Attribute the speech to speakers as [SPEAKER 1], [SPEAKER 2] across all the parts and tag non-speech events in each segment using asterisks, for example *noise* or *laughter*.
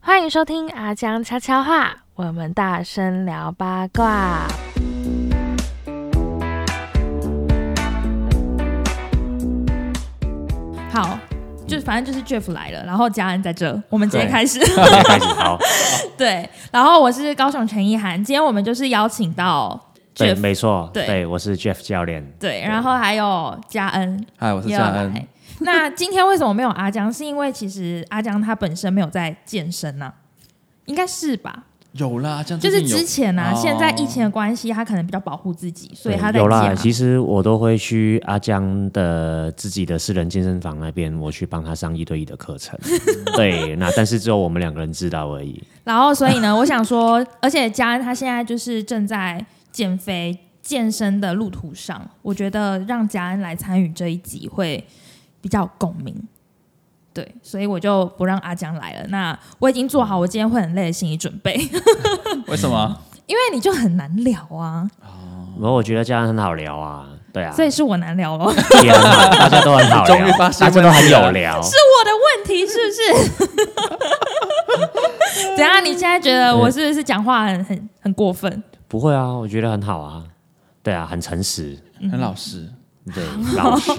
[SPEAKER 1] 欢迎收听阿江悄悄话，我们大声聊八卦。
[SPEAKER 2] 好，就反正就是 Jeff 来了，然后家人在这，我们直接
[SPEAKER 3] *laughs*
[SPEAKER 4] 对
[SPEAKER 2] 开始。
[SPEAKER 4] 开始
[SPEAKER 2] *laughs*
[SPEAKER 4] 好，
[SPEAKER 2] 对，然后我是高雄陈意涵，今天我们就是邀请到
[SPEAKER 4] 对，
[SPEAKER 2] Jeff，
[SPEAKER 4] 没错，
[SPEAKER 2] 对
[SPEAKER 4] 对，我是 Jeff 教练，
[SPEAKER 2] 对，然后还有嘉恩
[SPEAKER 3] 嗨，我是
[SPEAKER 2] 也有
[SPEAKER 3] 嘉恩
[SPEAKER 2] 来。。 *laughs* 那今天为什么没有阿江？是因为其实阿江他本身没有在健身呢、应该是吧？
[SPEAKER 3] 有啦，这样
[SPEAKER 2] 就是
[SPEAKER 3] 最近有
[SPEAKER 2] 之前啊，
[SPEAKER 3] 哦
[SPEAKER 2] 现在疫情的关系，他可能比较保护自己，所以
[SPEAKER 4] 对
[SPEAKER 2] 他在啊
[SPEAKER 4] 有
[SPEAKER 2] 家
[SPEAKER 4] 啦。。其实我都会去阿江的自己的私人健身房那边，我去帮他上一对一的课
[SPEAKER 2] *laughs*
[SPEAKER 4] 程。对，那但是只有我们两个人知道而已。
[SPEAKER 2] 然后，所以呢，我想说，而且嘉恩他现在就是正在减肥健身的路途上，我觉得让嘉恩来参与这一集会比较有共鸣。对，所以我就不让阿江来了。那我已经做好我今天会很累的心理准备， *laughs* 因
[SPEAKER 3] *laughs* 为什么？
[SPEAKER 2] 为你就很难聊啊，
[SPEAKER 4] 然后我觉得这样很好聊啊，对啊，
[SPEAKER 2] 所以是我难聊咯。 *laughs*
[SPEAKER 4] 也很好，大家都很好
[SPEAKER 3] 终于
[SPEAKER 4] 聊，
[SPEAKER 3] 发
[SPEAKER 4] 大
[SPEAKER 3] 现
[SPEAKER 4] 家都
[SPEAKER 3] 问
[SPEAKER 4] 很
[SPEAKER 3] 题
[SPEAKER 4] 有
[SPEAKER 3] 了
[SPEAKER 4] 聊。
[SPEAKER 2] 我的问题是 *laughs* 不是？怎样？你现在觉得我是不是讲话很很很过分？
[SPEAKER 4] 不会啊，我觉得很好啊，对啊，很
[SPEAKER 2] *laughs*
[SPEAKER 4] 诚实，
[SPEAKER 2] 嗯
[SPEAKER 3] 很老实，
[SPEAKER 4] 对，
[SPEAKER 2] 哦
[SPEAKER 4] 老实，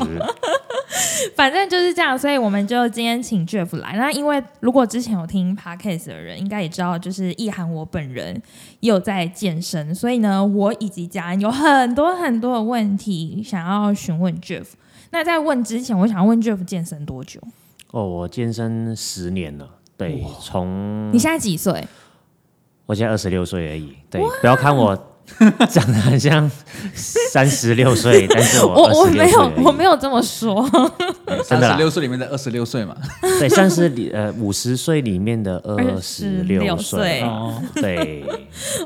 [SPEAKER 2] 反正就是这样，所以我们就今天请 Jeff 来。那因为如果之前有听 Podcast 的人，应该也知道，就是意涵我本人也有在健身，所以呢，我以及家人有很多很多的问题想要询问 Jeff。那在问之前，我想问 Jeff 健身多久？
[SPEAKER 4] 哦，我健身十年了，对，从
[SPEAKER 2] 你现在几岁？
[SPEAKER 4] 我现在二十六岁而已，对，不要看我长得很像三十
[SPEAKER 2] *laughs*
[SPEAKER 4] 六岁，但是
[SPEAKER 2] 我
[SPEAKER 4] 我
[SPEAKER 2] 我
[SPEAKER 4] 26
[SPEAKER 2] 没有
[SPEAKER 4] 岁而已
[SPEAKER 2] 我没有这么说，
[SPEAKER 4] *laughs* 真
[SPEAKER 3] 三
[SPEAKER 4] 的
[SPEAKER 3] 十
[SPEAKER 4] 啦，
[SPEAKER 3] 六岁里面嗯的二十六岁嘛。
[SPEAKER 4] 对，三十里呃五十岁里面的二十
[SPEAKER 2] 26
[SPEAKER 4] 六
[SPEAKER 2] 岁
[SPEAKER 4] 岁，
[SPEAKER 3] 哦，
[SPEAKER 2] *laughs*
[SPEAKER 4] 对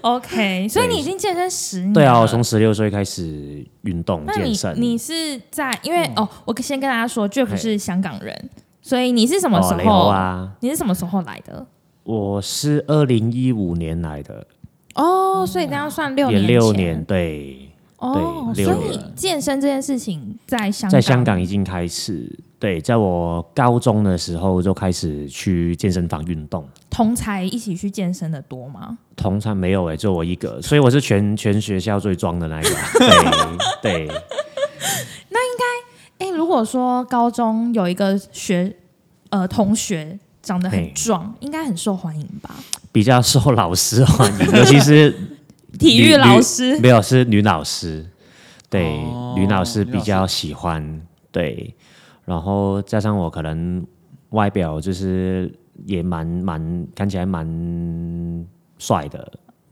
[SPEAKER 2] OK，所以
[SPEAKER 4] 对
[SPEAKER 2] 你已经健身十年了。
[SPEAKER 4] 对啊，我从十六岁开始运动
[SPEAKER 2] 那
[SPEAKER 4] 健
[SPEAKER 2] 你
[SPEAKER 4] 身，嗯
[SPEAKER 2] 你是在因为、哦，我先跟大家说，Jeff
[SPEAKER 4] 嘿
[SPEAKER 2] 是香港人，所以你是什么时
[SPEAKER 4] 哦雷
[SPEAKER 2] 候？
[SPEAKER 4] 欧啊？
[SPEAKER 2] 你是什么时候来的？
[SPEAKER 4] 我是二零一五年来的，
[SPEAKER 2] 哦，所以这样算六
[SPEAKER 4] 也
[SPEAKER 2] 年前
[SPEAKER 4] 六年，对，
[SPEAKER 2] 哦，
[SPEAKER 4] 对
[SPEAKER 2] 所
[SPEAKER 4] 六
[SPEAKER 2] 以
[SPEAKER 3] 年
[SPEAKER 2] 健身这件事情在香港
[SPEAKER 4] 在香港已经开始，对，在我高中的时候就开始去健身房运动。
[SPEAKER 2] 同才一起去健身的多吗？
[SPEAKER 4] 同场没有哎、就我一个，所以我是全全学校最壮的那一个。啊 *laughs* 对对，
[SPEAKER 2] 哎、如果说高中有一个学呃同学长得很
[SPEAKER 4] 嘿
[SPEAKER 2] 壮，应该很受欢迎吧？
[SPEAKER 4] 比较受老师欢
[SPEAKER 2] *laughs*
[SPEAKER 4] 迎，尤其是
[SPEAKER 2] 体育
[SPEAKER 4] 女
[SPEAKER 2] 老师
[SPEAKER 4] 女没有是女老师，对，
[SPEAKER 3] 哦
[SPEAKER 4] 女老师比较喜欢，对，然后加上我可能外表就是也蛮蛮看起来蛮帅的，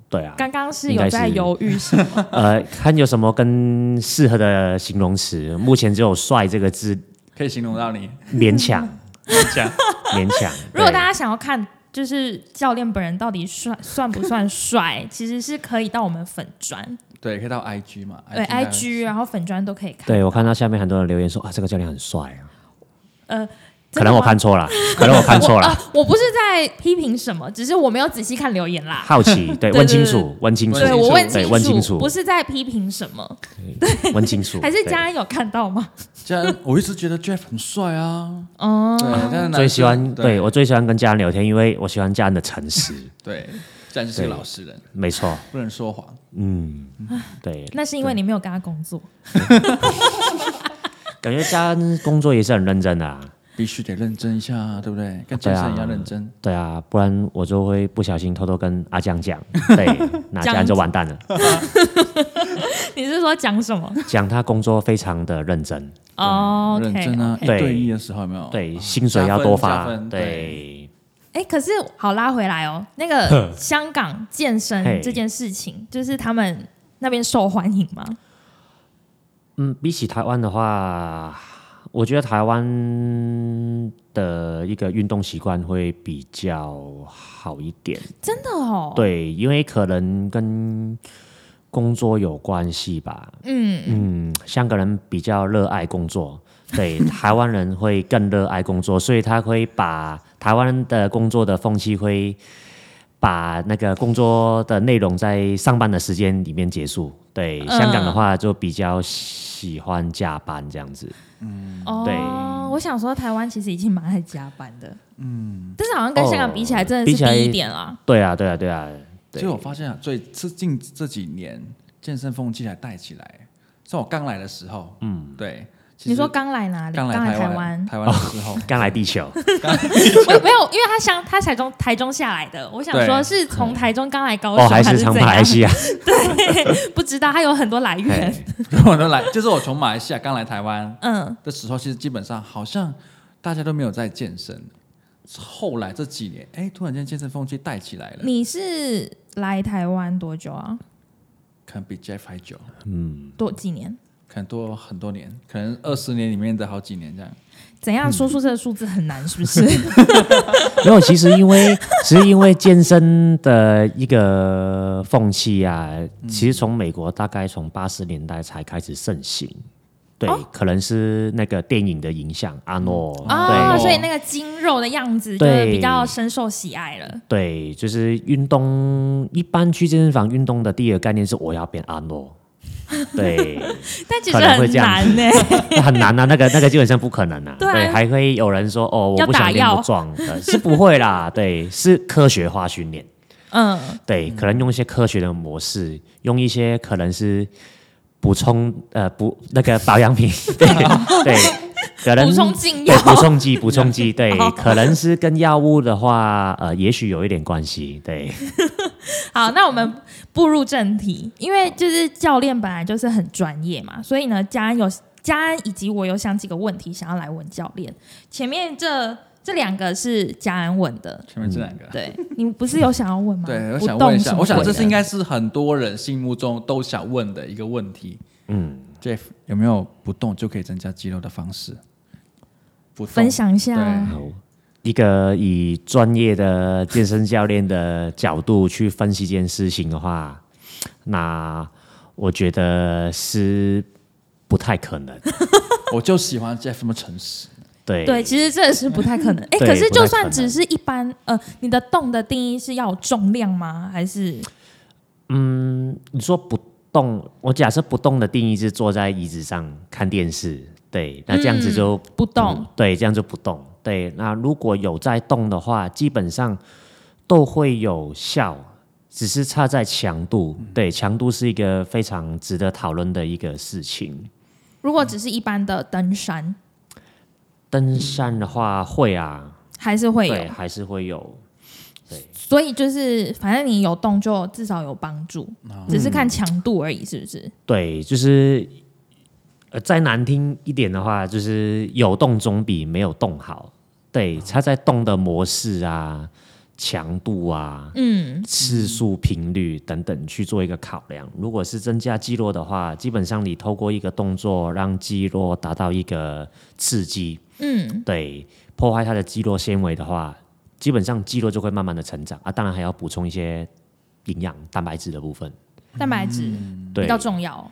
[SPEAKER 4] 对啊，
[SPEAKER 2] 刚刚是
[SPEAKER 4] 应该
[SPEAKER 2] 有
[SPEAKER 4] 是
[SPEAKER 2] 在犹豫什么？
[SPEAKER 4] 呃，看有什么跟适合的形容词，目前只有“帅”这个字
[SPEAKER 3] 可以形容到你
[SPEAKER 4] 勉强
[SPEAKER 3] 这样。
[SPEAKER 4] 勉强。
[SPEAKER 2] *laughs* 如果
[SPEAKER 4] 对
[SPEAKER 2] 大家想要看。就是教练本人到底算算不算帅，其实是可以到我们粉砖，
[SPEAKER 3] 对，可以到 IG 嘛？
[SPEAKER 2] 对
[SPEAKER 3] I
[SPEAKER 2] IG，然后粉砖都可以看。
[SPEAKER 4] 对，我看到下面很多人留言说啊，这个教练很帅啊。
[SPEAKER 2] 呃，
[SPEAKER 4] 可能我看错了，可能我看错
[SPEAKER 2] *laughs*
[SPEAKER 4] 了，
[SPEAKER 2] 我不是在批评什么，只是我没有仔细看留言啦。*laughs*
[SPEAKER 4] 好奇，
[SPEAKER 2] 对
[SPEAKER 4] 对，问清楚，问清楚，
[SPEAKER 2] 对，我问清
[SPEAKER 4] 对
[SPEAKER 2] 楚，
[SPEAKER 4] 问清楚，
[SPEAKER 2] 不是在批评什么，
[SPEAKER 4] 对问清楚，
[SPEAKER 2] 还是
[SPEAKER 4] 对
[SPEAKER 2] 家人有看到吗？
[SPEAKER 3] 这样我一直觉得 Jeff 很帅啊。
[SPEAKER 2] 哦，
[SPEAKER 3] 对，但是男
[SPEAKER 4] 最喜欢，
[SPEAKER 3] 生
[SPEAKER 4] 对我最喜欢跟家人聊天，因为我喜欢家人的诚
[SPEAKER 3] *laughs*
[SPEAKER 4] 实，
[SPEAKER 3] 对，这样就是个老实人，
[SPEAKER 4] 没错，
[SPEAKER 3] 不能说谎。
[SPEAKER 4] 嗯，对，
[SPEAKER 2] 那是因为你没有跟他工作。
[SPEAKER 4] 感觉家人工作也是很认真的啊，
[SPEAKER 3] 必须得认真一下啊，对不对？跟健身一样认真。
[SPEAKER 4] 对啊，不然我就会不小心偷偷跟阿江讲，
[SPEAKER 2] *laughs*
[SPEAKER 4] 对，那
[SPEAKER 2] 这样
[SPEAKER 4] 家人就完蛋了，
[SPEAKER 2] 你是说讲什么？
[SPEAKER 4] 讲他工作非常的认真，
[SPEAKER 2] 哦
[SPEAKER 3] 认真啊，一
[SPEAKER 2] ，OK，OK。
[SPEAKER 4] 对
[SPEAKER 3] 对一的时候有没有？
[SPEAKER 4] 对，薪水要多
[SPEAKER 3] 哦加
[SPEAKER 4] 发
[SPEAKER 3] 分，对
[SPEAKER 4] 对，
[SPEAKER 2] 哎，可是好拉回来哦，那个香港健身
[SPEAKER 4] 嘿
[SPEAKER 2] 这件事情，就是他们那边受欢迎吗？
[SPEAKER 4] 嗯，比起台湾的话，我觉得台湾的一个运动习惯会比较好一点。
[SPEAKER 2] 真的哦，，
[SPEAKER 4] 对，因为可能跟工作有关系吧。
[SPEAKER 2] 嗯，
[SPEAKER 4] 嗯，香港人比较热爱工作， *laughs* 对，台湾人会更热爱工作，所以他会把台湾的工作的风气会把那个工作的内容在上班的时间里面结束。对，香港的话就比较喜欢加班这样子。
[SPEAKER 2] 哦，
[SPEAKER 4] 对
[SPEAKER 2] 我想说台湾其实已经蛮爱加班的，嗯，但是好像跟香港比起来，真的
[SPEAKER 4] 哦比
[SPEAKER 2] 是
[SPEAKER 4] 起来
[SPEAKER 2] 低一点啦。
[SPEAKER 4] 对啊，对啊，对啊。对
[SPEAKER 3] 所以我发现啊，最最近这几年健身风气才带起来。像我刚来的时候，嗯，对，其实
[SPEAKER 2] 你说刚来哪里？
[SPEAKER 3] 刚
[SPEAKER 2] 刚
[SPEAKER 3] 来
[SPEAKER 2] 台
[SPEAKER 3] 湾，
[SPEAKER 2] 湾，
[SPEAKER 3] 台湾的时 *laughs* 候，
[SPEAKER 4] 哦刚来地球，
[SPEAKER 2] 我没有，因为他想他台中台中下来的，我想
[SPEAKER 3] 对
[SPEAKER 2] 说是从台中刚来高
[SPEAKER 4] 哦，
[SPEAKER 2] 雄
[SPEAKER 4] 还是
[SPEAKER 2] 是
[SPEAKER 4] 从
[SPEAKER 2] 怎
[SPEAKER 4] 马来
[SPEAKER 2] 样？
[SPEAKER 4] 西亚，
[SPEAKER 2] *laughs* 对， *laughs* 不知道他有很多来源。
[SPEAKER 4] 嘿
[SPEAKER 3] *laughs* 我都来，就是我从马来西亚刚来台湾
[SPEAKER 2] 嗯，
[SPEAKER 3] 的时候，其实基本上好像大家都没有在健身。后来这几年，哎，突然间健身风气带起来了，
[SPEAKER 2] 你是来台湾多久啊？
[SPEAKER 3] 可能比 Jeff 还久，
[SPEAKER 4] 嗯，
[SPEAKER 2] 多几年？
[SPEAKER 3] 可能多很多年，可能二十年里面的好几年这样。
[SPEAKER 2] 怎样说出这个数字很难，是不
[SPEAKER 4] *laughs*
[SPEAKER 2] 是？
[SPEAKER 4] 没有，其实因为 *laughs* 其实因为健身的一个风气啊，其实从美国大概从八十年代才开始盛行。对，可能是那个电影的影响，阿诺、
[SPEAKER 2] 哦，
[SPEAKER 4] 对
[SPEAKER 2] 所以那个精肉的样子就是
[SPEAKER 4] 对
[SPEAKER 2] 比较深受喜爱了。
[SPEAKER 4] 对，就是运动，一般去健身房运动的第一个概念是我要变阿诺，
[SPEAKER 2] *laughs*
[SPEAKER 4] 对，
[SPEAKER 2] 但其实
[SPEAKER 4] 可能会
[SPEAKER 2] 很
[SPEAKER 4] 这样
[SPEAKER 2] 难呢、
[SPEAKER 4] 很难啊，那个那个基本上不可能啊。
[SPEAKER 2] 对啊
[SPEAKER 4] 还会有人说哦，我
[SPEAKER 2] 要
[SPEAKER 4] 不
[SPEAKER 2] 打
[SPEAKER 4] 想练
[SPEAKER 2] 药
[SPEAKER 4] 不壮，呃是不会啦。对，是科学化训练。
[SPEAKER 2] 嗯，
[SPEAKER 4] 对，可能用一些科学的模式，用一些可能是补充呃补那个保养
[SPEAKER 2] *laughs*
[SPEAKER 4] 品，对对，可能
[SPEAKER 2] 补充哦禁
[SPEAKER 4] 对
[SPEAKER 2] 药。
[SPEAKER 4] 补充剂补
[SPEAKER 2] *laughs*
[SPEAKER 4] 充剂，对，可能是跟药物的话，呃，也许有一点关系，对。
[SPEAKER 2] 好，那我们步入正题，因为就是教练本来就是很专业嘛，所以呢，家人有家人以及我有想几个问题想要来问教练。前面这这两个是家人问
[SPEAKER 3] *laughs*
[SPEAKER 2] 的，
[SPEAKER 3] 前面这两个，
[SPEAKER 4] 嗯
[SPEAKER 2] 对你不是有想要问吗？
[SPEAKER 3] 对，我
[SPEAKER 2] 不
[SPEAKER 3] 想问一
[SPEAKER 2] 动
[SPEAKER 3] 下
[SPEAKER 2] 什，么
[SPEAKER 3] 我想
[SPEAKER 2] 鬼
[SPEAKER 3] 这
[SPEAKER 2] 的
[SPEAKER 4] 啊
[SPEAKER 3] 是应该是很多人心目中都想问的一个问题。
[SPEAKER 4] 嗯，
[SPEAKER 3] Jeff 有没有不动就可以增加肌肉的方式？不动
[SPEAKER 2] 分享一下啊。
[SPEAKER 4] 好，一个以专业的健身教练的角度去分析这件事情的话，那我觉得是不太可能。
[SPEAKER 3] 我就喜欢 Jeff 那么诚实。
[SPEAKER 4] 对
[SPEAKER 2] 对，其实这是不太可能。哎，
[SPEAKER 4] 对
[SPEAKER 2] 可是就算
[SPEAKER 4] 不太可能
[SPEAKER 2] 只是一般，呃，你的动的定义是要有重量吗？还是
[SPEAKER 4] 嗯你说不动，我假设不动的定义是坐在椅子上看电视，对，那这样子就
[SPEAKER 2] 不动？
[SPEAKER 4] 对，这样就不动。
[SPEAKER 2] 嗯
[SPEAKER 4] 对，那如果有在动的话，基本上都会有效，只是差在强度。
[SPEAKER 2] 嗯
[SPEAKER 4] 对，强度是一个非常值得讨论的一个事情。
[SPEAKER 2] 如果只是一般的登山，
[SPEAKER 4] 登山的话会啊，
[SPEAKER 2] 还是会有
[SPEAKER 4] 对，。还是会有。
[SPEAKER 2] 所以就是，反正你有动就至少有帮助，只是看强度而已，是不是？
[SPEAKER 4] 对，就是呃，再难听一点的话，就是有动总比没有动好。
[SPEAKER 2] 哦
[SPEAKER 4] 对，它在动的模式啊、强度啊、
[SPEAKER 2] 嗯，
[SPEAKER 4] 次数、频率等等去做一个考量。如果是增加肌肉的话，基本上你透过一个动作让肌肉达到一个刺激，
[SPEAKER 2] 嗯，
[SPEAKER 4] 对，破坏它的肌肉纤维的话，基本上肌肉就会慢慢的成长啊。当然还要补充一些营养、蛋白质的部分。
[SPEAKER 2] 蛋白质比
[SPEAKER 4] 对，
[SPEAKER 2] 较重要。哦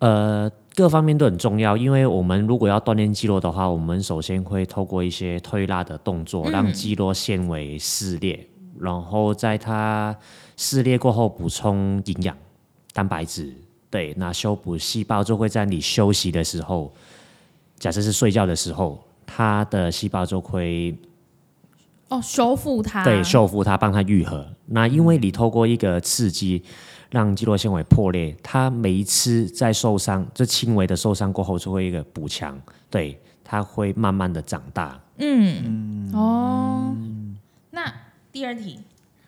[SPEAKER 4] 呃，各方面都很重要，因为我们如果要锻炼肌肉的话，我们首先会透过一些推拉的动作，让肌肉纤维撕裂，然后在它撕裂过后补充营养、蛋白质，对，那修补细胞就会在你休息的时候，假设是睡觉的时候，它的细胞就会
[SPEAKER 2] 哦，修复它，
[SPEAKER 4] 对，修复它，帮它愈合。那因为你透过一个刺激，让肌肉纤维破裂，它每一次在受伤，就轻微的受伤过后，就会一个补强，对，它会慢慢的长大。
[SPEAKER 2] 嗯，哦，那第二题，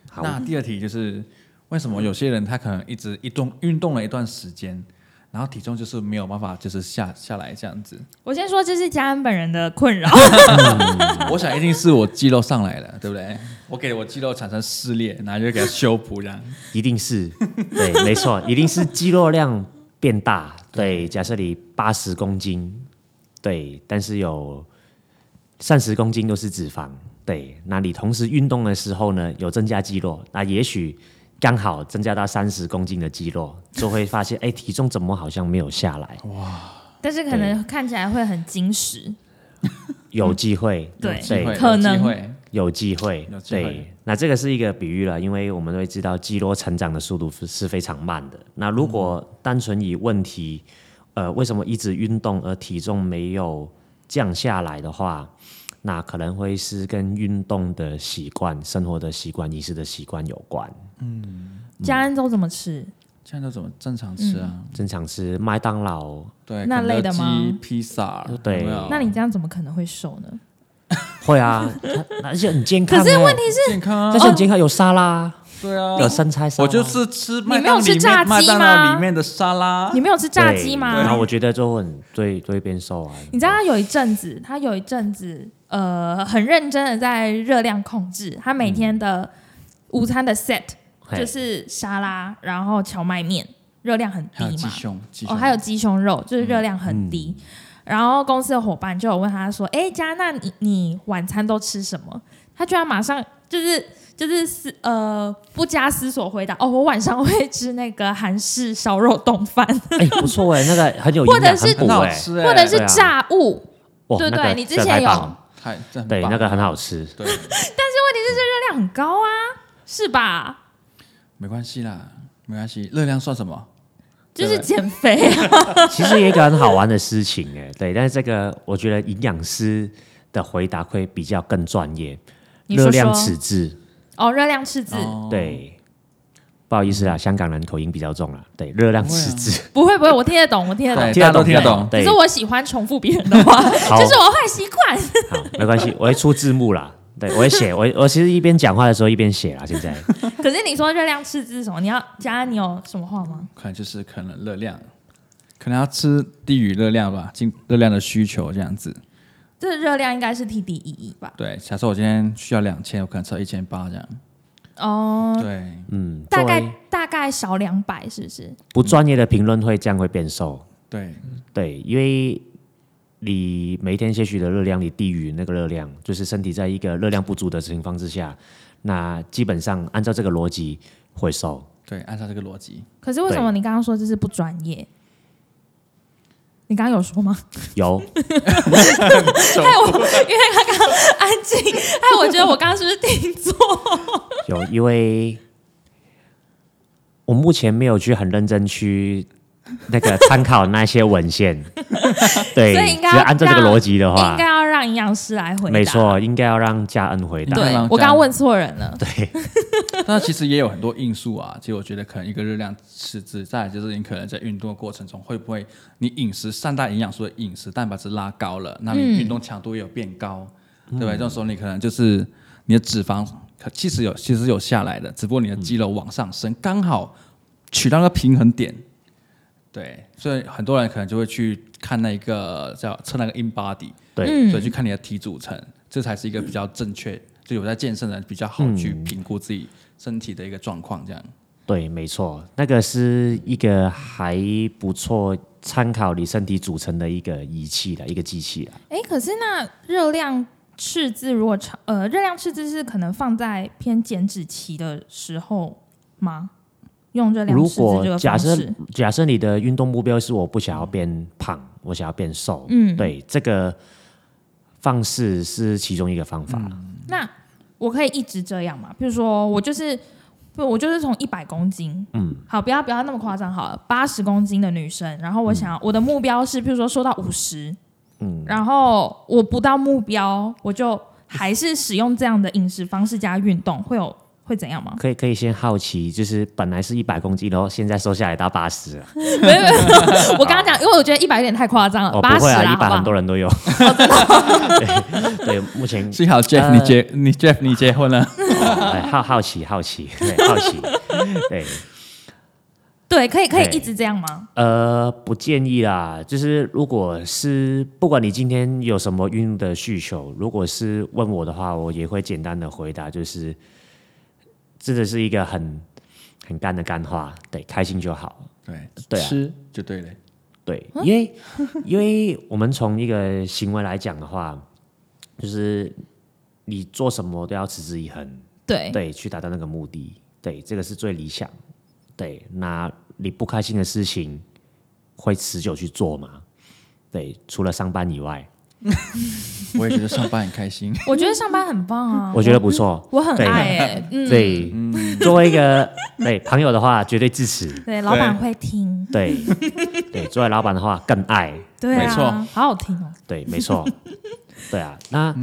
[SPEAKER 4] 好，
[SPEAKER 3] 那第二题就是为什么有些人他可能一直一动运动了一段时间，然后体重就是没有办法就是下下来这样子？
[SPEAKER 2] 我先说这是家恩本人的困扰，
[SPEAKER 4] 啊嗯
[SPEAKER 3] 我想一定是我肌肉上来了，对不对？我给我肌肉产生撕裂，然后就给它修补这样。
[SPEAKER 4] 一定是，对，没错，一定是肌肉量变大。对，假设你八十公斤，对，但是有三十公斤都是脂肪，对，那你同时运动的时候呢，有增加肌肉，那也许刚好增加到三十公斤的肌肉，就会发现，哎，体重怎么好像没有下来？
[SPEAKER 2] 但是可能看起来会很矜持，
[SPEAKER 4] 有机会，
[SPEAKER 2] 对
[SPEAKER 3] 机会
[SPEAKER 2] 可能
[SPEAKER 3] 有机会
[SPEAKER 4] 有机会
[SPEAKER 3] 有，机会
[SPEAKER 4] 对，那这个是一个比喻了，因为我们都会知道肌肉成长的速度是是非常慢的。那如果单纯以问题，呃，为什么一直运动而体重没有降下来的话，那可能会是跟运动的习惯、生活的习惯、饮食的习惯有关。
[SPEAKER 2] 家人都怎么吃？
[SPEAKER 3] 现在都怎么正常吃啊？
[SPEAKER 4] 正常吃麦当劳
[SPEAKER 3] 对，
[SPEAKER 2] 嗯那
[SPEAKER 3] 肯德
[SPEAKER 2] 类的吗
[SPEAKER 3] 基披萨，
[SPEAKER 4] 对
[SPEAKER 3] 有没有
[SPEAKER 2] 那你这样怎么可能会瘦呢？
[SPEAKER 4] 会啊， *laughs* 它而且很健康欸、
[SPEAKER 2] 可是问题是哦
[SPEAKER 3] 健康啊
[SPEAKER 4] 但是很健康，有沙拉，
[SPEAKER 3] 对啊，
[SPEAKER 4] 有生菜沙拉。
[SPEAKER 3] 我就是吃麦
[SPEAKER 2] 你没有
[SPEAKER 3] 当
[SPEAKER 2] 吃
[SPEAKER 3] 里
[SPEAKER 2] 炸
[SPEAKER 3] 面
[SPEAKER 2] 鸡
[SPEAKER 3] 麦当劳
[SPEAKER 2] 吗
[SPEAKER 3] 里面的沙拉
[SPEAKER 2] 你，没有吃炸鸡
[SPEAKER 4] 啊对然后
[SPEAKER 2] 吗？
[SPEAKER 4] 我觉得就很对对变瘦啊。
[SPEAKER 2] 你知道他有一阵子，他有一阵子呃很认真的在热量控制，他每天的午餐的 set
[SPEAKER 4] 嘿
[SPEAKER 2] 就是沙拉，然后荞麦面，热量很低
[SPEAKER 3] 还有鸡
[SPEAKER 2] 嘛。
[SPEAKER 3] 胸，鸡
[SPEAKER 2] 哦，
[SPEAKER 3] 胸嗯
[SPEAKER 2] 还有鸡胸肉，就是热量很低。然后公司的伙伴就有问他说：“哎，佳娜，你你晚餐都吃什么？”他居然马上就是就是思呃不加思索回答：“哦，我晚上会吃那个韩式烧肉冻饭，
[SPEAKER 4] 哎、不错哎、那个很有营
[SPEAKER 2] 或者
[SPEAKER 4] 养，
[SPEAKER 2] 是
[SPEAKER 4] 很补
[SPEAKER 3] 很好
[SPEAKER 4] 哎、
[SPEAKER 3] 吃哎，
[SPEAKER 2] 欸或者是
[SPEAKER 4] 对啊
[SPEAKER 2] 炸物。
[SPEAKER 4] 哇，
[SPEAKER 2] 对
[SPEAKER 4] 那
[SPEAKER 2] 对
[SPEAKER 4] 个
[SPEAKER 2] 你之
[SPEAKER 4] 真的
[SPEAKER 2] 前
[SPEAKER 4] 太
[SPEAKER 2] 有
[SPEAKER 4] 棒了
[SPEAKER 3] 太这很
[SPEAKER 4] 对
[SPEAKER 3] 棒
[SPEAKER 4] 那个很好吃，
[SPEAKER 3] 对，
[SPEAKER 2] 热量很高啊，是吧？
[SPEAKER 3] 没关系啦，没关系，热量算什么？
[SPEAKER 2] 就是
[SPEAKER 3] 对
[SPEAKER 2] 减肥啊，
[SPEAKER 4] 其实有一个很好玩的事情哎、对，但是这个我觉得营养师的回答会比较更专业，
[SPEAKER 2] 你说
[SPEAKER 4] 热量
[SPEAKER 2] 说
[SPEAKER 4] 赤字，
[SPEAKER 2] 哦，嗯热量赤字、
[SPEAKER 3] 哦，
[SPEAKER 4] 对，不好意思啊，香港人口音比较重了，对，热量赤字，
[SPEAKER 2] 不会不会，我听得懂，我听得懂
[SPEAKER 3] 对。大家都听得懂
[SPEAKER 2] 可
[SPEAKER 4] 对，
[SPEAKER 2] 是我喜欢重复别人的话，*laughs*
[SPEAKER 4] 好
[SPEAKER 2] 这是我坏习惯。
[SPEAKER 4] 好，没关系，我会出字幕啦。对，我会写，我我其实一边讲话的时候一边写啦。现在
[SPEAKER 2] *laughs* 可是你说热量赤字是什么？你要加你有什么话吗？
[SPEAKER 3] 可能就是可能热量，可能要吃低于热量吧，进热量的需求这样子。
[SPEAKER 2] 这热量应该是 TDEE 吧？
[SPEAKER 3] 对，假设我今天需要两千，我可能吃到一千八这样。
[SPEAKER 2] 哦、
[SPEAKER 3] 对，
[SPEAKER 4] 嗯，
[SPEAKER 2] 大概
[SPEAKER 4] 作为
[SPEAKER 2] 大概少两百是不是？
[SPEAKER 4] 不专业的评论会这样会变瘦，
[SPEAKER 3] 对，
[SPEAKER 4] 对，因为你每一天摄取的热量，你低于那个热量，就是身体在一个热量不足的情况之下，那基本上按照这个逻辑
[SPEAKER 2] *laughs*
[SPEAKER 4] 会瘦。
[SPEAKER 3] 对，按照这个逻辑，
[SPEAKER 2] 可是为什么
[SPEAKER 4] 对
[SPEAKER 2] 你刚刚说这是不专业？你刚刚有说吗？
[SPEAKER 4] *laughs* 有，
[SPEAKER 2] *laughs* 安静！哎，我觉得我刚刚是不是听错？
[SPEAKER 4] 有，因为我目前没有去很认真去那个参考那些文献，对，
[SPEAKER 2] *laughs* 所以应该
[SPEAKER 4] 只要按照这个
[SPEAKER 2] 让
[SPEAKER 4] 逻辑的
[SPEAKER 2] 应
[SPEAKER 4] 话，
[SPEAKER 2] 该要让营养师来回答。
[SPEAKER 4] 啊没，错，应该要让嘉恩回答。
[SPEAKER 2] 对
[SPEAKER 3] 让让
[SPEAKER 2] 我刚
[SPEAKER 3] 这
[SPEAKER 2] 刚
[SPEAKER 3] 样
[SPEAKER 2] 问错人了。
[SPEAKER 3] 但其实也有很多因素啊。其实我觉得可能一个热量赤字，再来就是你可能在运动的过程中会不会你饮食三大营养素的饮食蛋白质拉高了，那你
[SPEAKER 2] 嗯
[SPEAKER 3] 运动强度也有变高，对吧？这种时候你可能就是你的脂肪可其实有其实有下来的，只不过你的肌肉往上升，刚好取到个平衡点。对，所以很多人可能就会去看那一个叫测那个 in body，
[SPEAKER 4] 对
[SPEAKER 2] 嗯
[SPEAKER 3] 所以去看你的体组成，这才是一个比较正确，就有在健身的人比较好去评估自己身体的一个状况，这样。
[SPEAKER 4] 对，没错，那个是一个还不错参考你身体组成的一个仪器的一个机器啊。
[SPEAKER 2] 哎，可是那热量赤字如果超呃，热量赤字是可能放在偏减脂期的时候吗？用热量
[SPEAKER 4] 如
[SPEAKER 2] 赤字这
[SPEAKER 4] 果
[SPEAKER 2] 个
[SPEAKER 4] 假
[SPEAKER 2] 方
[SPEAKER 4] 设
[SPEAKER 2] 式，
[SPEAKER 4] 假设你的运动目标是我不想要变胖，我想要变瘦，
[SPEAKER 2] 嗯
[SPEAKER 4] 对，这个方式是其中一个方法。
[SPEAKER 2] 那我可以一直这样嘛？比如说我就是。不，我就是从一百公斤，嗯，好，不要不要那么夸张，好了，八十公斤的女生，然后
[SPEAKER 4] 嗯
[SPEAKER 2] 我想、我的目标是，譬如说瘦到五十，嗯，然后我不到目标，我就还是使用这样的饮食方式加运动，会有会怎样吗？
[SPEAKER 4] 可以可以先好奇，就是本来是一百公斤，然后现在瘦下来到八十，
[SPEAKER 2] *laughs* 没有没有，我刚刚讲，因为我觉得一百有点太夸张了，
[SPEAKER 4] 哦，
[SPEAKER 2] 八
[SPEAKER 4] 不
[SPEAKER 2] 十
[SPEAKER 4] 会
[SPEAKER 2] 啦，
[SPEAKER 4] 啊，一
[SPEAKER 2] 好不哦
[SPEAKER 4] 百很
[SPEAKER 2] 好
[SPEAKER 4] 多？人都有。 *laughs* 对对，目前
[SPEAKER 3] 幸好 Jeff，、
[SPEAKER 4] 呃
[SPEAKER 3] 你结你 Jeff 你结婚了，
[SPEAKER 4] 哎好好奇好奇对好奇，对，
[SPEAKER 2] 对，可以可以
[SPEAKER 4] 对
[SPEAKER 2] 一直这样吗？
[SPEAKER 4] 呃，不建议啦。就是如果是不管你今天有什么运动的需求，如果是问我的话，我也会简单的回答，就是真的是一个很很干的干话，对，开心就好。
[SPEAKER 3] *laughs* 对
[SPEAKER 4] 对啊
[SPEAKER 3] 吃就对了。
[SPEAKER 4] 对，因为因为我们从一个行为来讲的话，就是你做什么都要持之以恒，
[SPEAKER 2] 对，
[SPEAKER 4] 对，去达到那个目的，对，这个是最理想。对，那你不开心的事情会持久去做吗？对，除了上班以外，
[SPEAKER 3] *laughs* 我也觉得上班很开心。 *laughs*
[SPEAKER 2] 我觉得上班很棒啊，
[SPEAKER 4] *laughs* 我觉得不错。
[SPEAKER 2] 我很
[SPEAKER 4] 对
[SPEAKER 2] 爱哎，嗯，
[SPEAKER 4] 对，作为一个对朋友的话，绝对支持。
[SPEAKER 2] 对，老板会听，
[SPEAKER 4] 对，对，作为老板的话更爱。
[SPEAKER 2] 对啊，
[SPEAKER 3] 没错
[SPEAKER 2] 好好听哦，
[SPEAKER 4] 对，没错。对啊，那、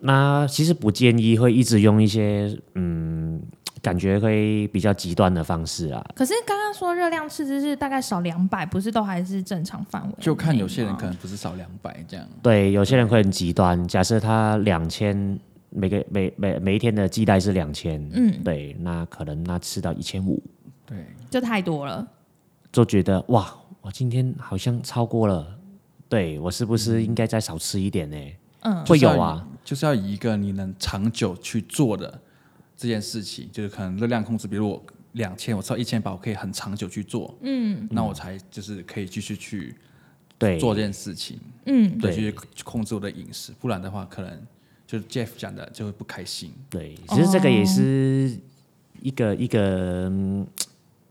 [SPEAKER 4] 那其实不建议会一直用一些嗯，感觉会比较极端的方式啊。
[SPEAKER 2] 可是刚刚说热量赤字是大概少两百，不是都还是正常范围内吗？
[SPEAKER 3] 就看有些人可能不是少两百这样，
[SPEAKER 4] 对，有些人会很极端，假设他两千。每个每每每一天的计代是两千，
[SPEAKER 2] 嗯
[SPEAKER 4] 对，那可能那吃到一千五，
[SPEAKER 3] 对，
[SPEAKER 2] 就太多了，
[SPEAKER 4] 就觉得哇，我今天好像超过了，对我是不是应该再少吃一点呢？
[SPEAKER 2] 嗯，
[SPEAKER 4] 会有啊，
[SPEAKER 3] 就是要以一个你能长久去做的这件事情，就是可能热量控制，比如我两千，我吃到一千八，我可以很长久去做，
[SPEAKER 2] 嗯
[SPEAKER 3] 那我才就是可以继续去
[SPEAKER 4] 对，
[SPEAKER 3] 做这件事情，
[SPEAKER 2] 嗯，
[SPEAKER 3] 对，
[SPEAKER 4] 对
[SPEAKER 3] 去去控制我的饮食，不然的话，可能就是 Jeff 讲的就会不开心。
[SPEAKER 4] 对，其实这个也是
[SPEAKER 2] 哦
[SPEAKER 4] 一个、一个，嗯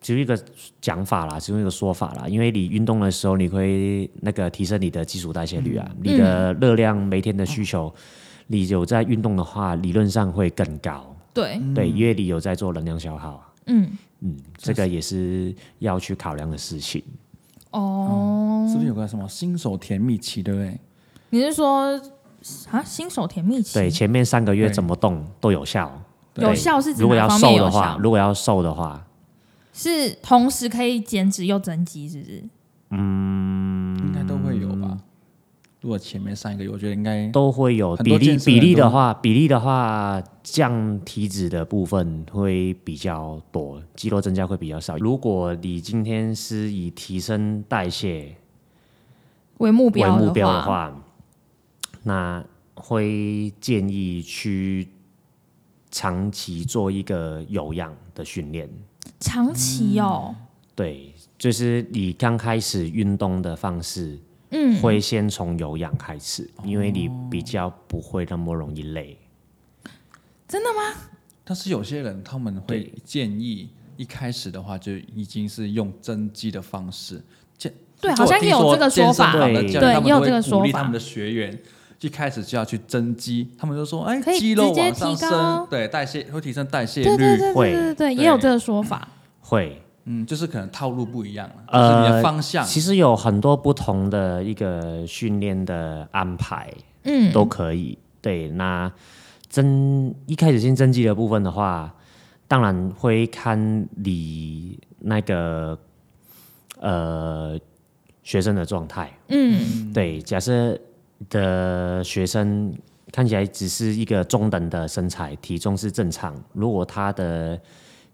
[SPEAKER 4] 其实一个讲法啦，其中一个说法啦。因为你运动的时候，你会那个提升你的基础代谢率啊，
[SPEAKER 2] 嗯
[SPEAKER 4] 你的热量每天的需求，你有在运动的话，理论上会更高。
[SPEAKER 2] 对，
[SPEAKER 3] 嗯
[SPEAKER 4] 对，因为你有在做能量消耗啊，
[SPEAKER 2] 嗯，
[SPEAKER 4] 嗯，这个也是要去考量的事情。
[SPEAKER 2] 哦，
[SPEAKER 3] 是不是有个什么新手甜蜜期，对不对？
[SPEAKER 2] 你是说啊，新手甜蜜期？
[SPEAKER 4] 对，前面三个月
[SPEAKER 3] 对
[SPEAKER 4] 怎么动都有效。
[SPEAKER 3] 对
[SPEAKER 2] 有效是指
[SPEAKER 4] 如果
[SPEAKER 2] 哪
[SPEAKER 4] 要
[SPEAKER 2] 方面
[SPEAKER 4] 瘦的
[SPEAKER 2] 有
[SPEAKER 4] 话
[SPEAKER 2] 效，？
[SPEAKER 4] 如果要瘦的话，
[SPEAKER 2] 是同时可以减脂又增肌，是不是？
[SPEAKER 3] 应该都会有吧。如果前面上一个月，我觉得应该
[SPEAKER 4] 嗯都会有
[SPEAKER 3] 很
[SPEAKER 4] 比
[SPEAKER 3] 多
[SPEAKER 4] 例
[SPEAKER 3] 健身
[SPEAKER 4] 比例
[SPEAKER 3] 人都
[SPEAKER 4] 的话，比例的话降体脂的部分会比较多，肌肉增加会比较少。如果你今天是以提升代谢
[SPEAKER 2] 为目
[SPEAKER 4] 为
[SPEAKER 2] 标
[SPEAKER 4] 目标
[SPEAKER 2] 的
[SPEAKER 4] 的，话，那会建议去长期做一个有氧的训练。
[SPEAKER 2] 长期哦，
[SPEAKER 3] 嗯
[SPEAKER 4] 对，就是你刚开始运动的方式，
[SPEAKER 2] 嗯，
[SPEAKER 4] 会先从有氧开始，因为你比较不会那么容易累。
[SPEAKER 3] 但是有些人他们会建议一开始的话就已经是用增肌的方式，健
[SPEAKER 2] 对
[SPEAKER 3] 就我
[SPEAKER 2] 好像
[SPEAKER 3] 听
[SPEAKER 2] 也有
[SPEAKER 3] 说
[SPEAKER 2] 这个
[SPEAKER 3] 健
[SPEAKER 2] 说
[SPEAKER 3] 身
[SPEAKER 2] 法啊
[SPEAKER 3] 房的
[SPEAKER 4] 对
[SPEAKER 3] 教练
[SPEAKER 2] 对
[SPEAKER 3] 他们
[SPEAKER 2] 也有
[SPEAKER 3] 都会
[SPEAKER 2] 这个
[SPEAKER 3] 鼓励
[SPEAKER 2] 说法
[SPEAKER 3] 他们的学员一开始就要去增肌，他们就说哎
[SPEAKER 2] 可以
[SPEAKER 3] 肌肉
[SPEAKER 2] 直接
[SPEAKER 3] 往上
[SPEAKER 2] 提高
[SPEAKER 3] 升，对代谢会提升代谢
[SPEAKER 2] 对对对
[SPEAKER 3] 率，
[SPEAKER 2] 对
[SPEAKER 4] 会
[SPEAKER 2] 对对对，也有这个说法，
[SPEAKER 4] 会，
[SPEAKER 3] 嗯，就是可能套路不一样了，
[SPEAKER 4] 呃
[SPEAKER 3] 就是你的方向
[SPEAKER 4] 其实有很多不同的一个训练的安排
[SPEAKER 2] 嗯，
[SPEAKER 4] 都可以。对，那增一开始先增肌的部分的话，当然会看你那个呃学生的状态。
[SPEAKER 2] 嗯
[SPEAKER 4] 对，假设的学生看起来只是一个中等的身材，体重是正常，如果他的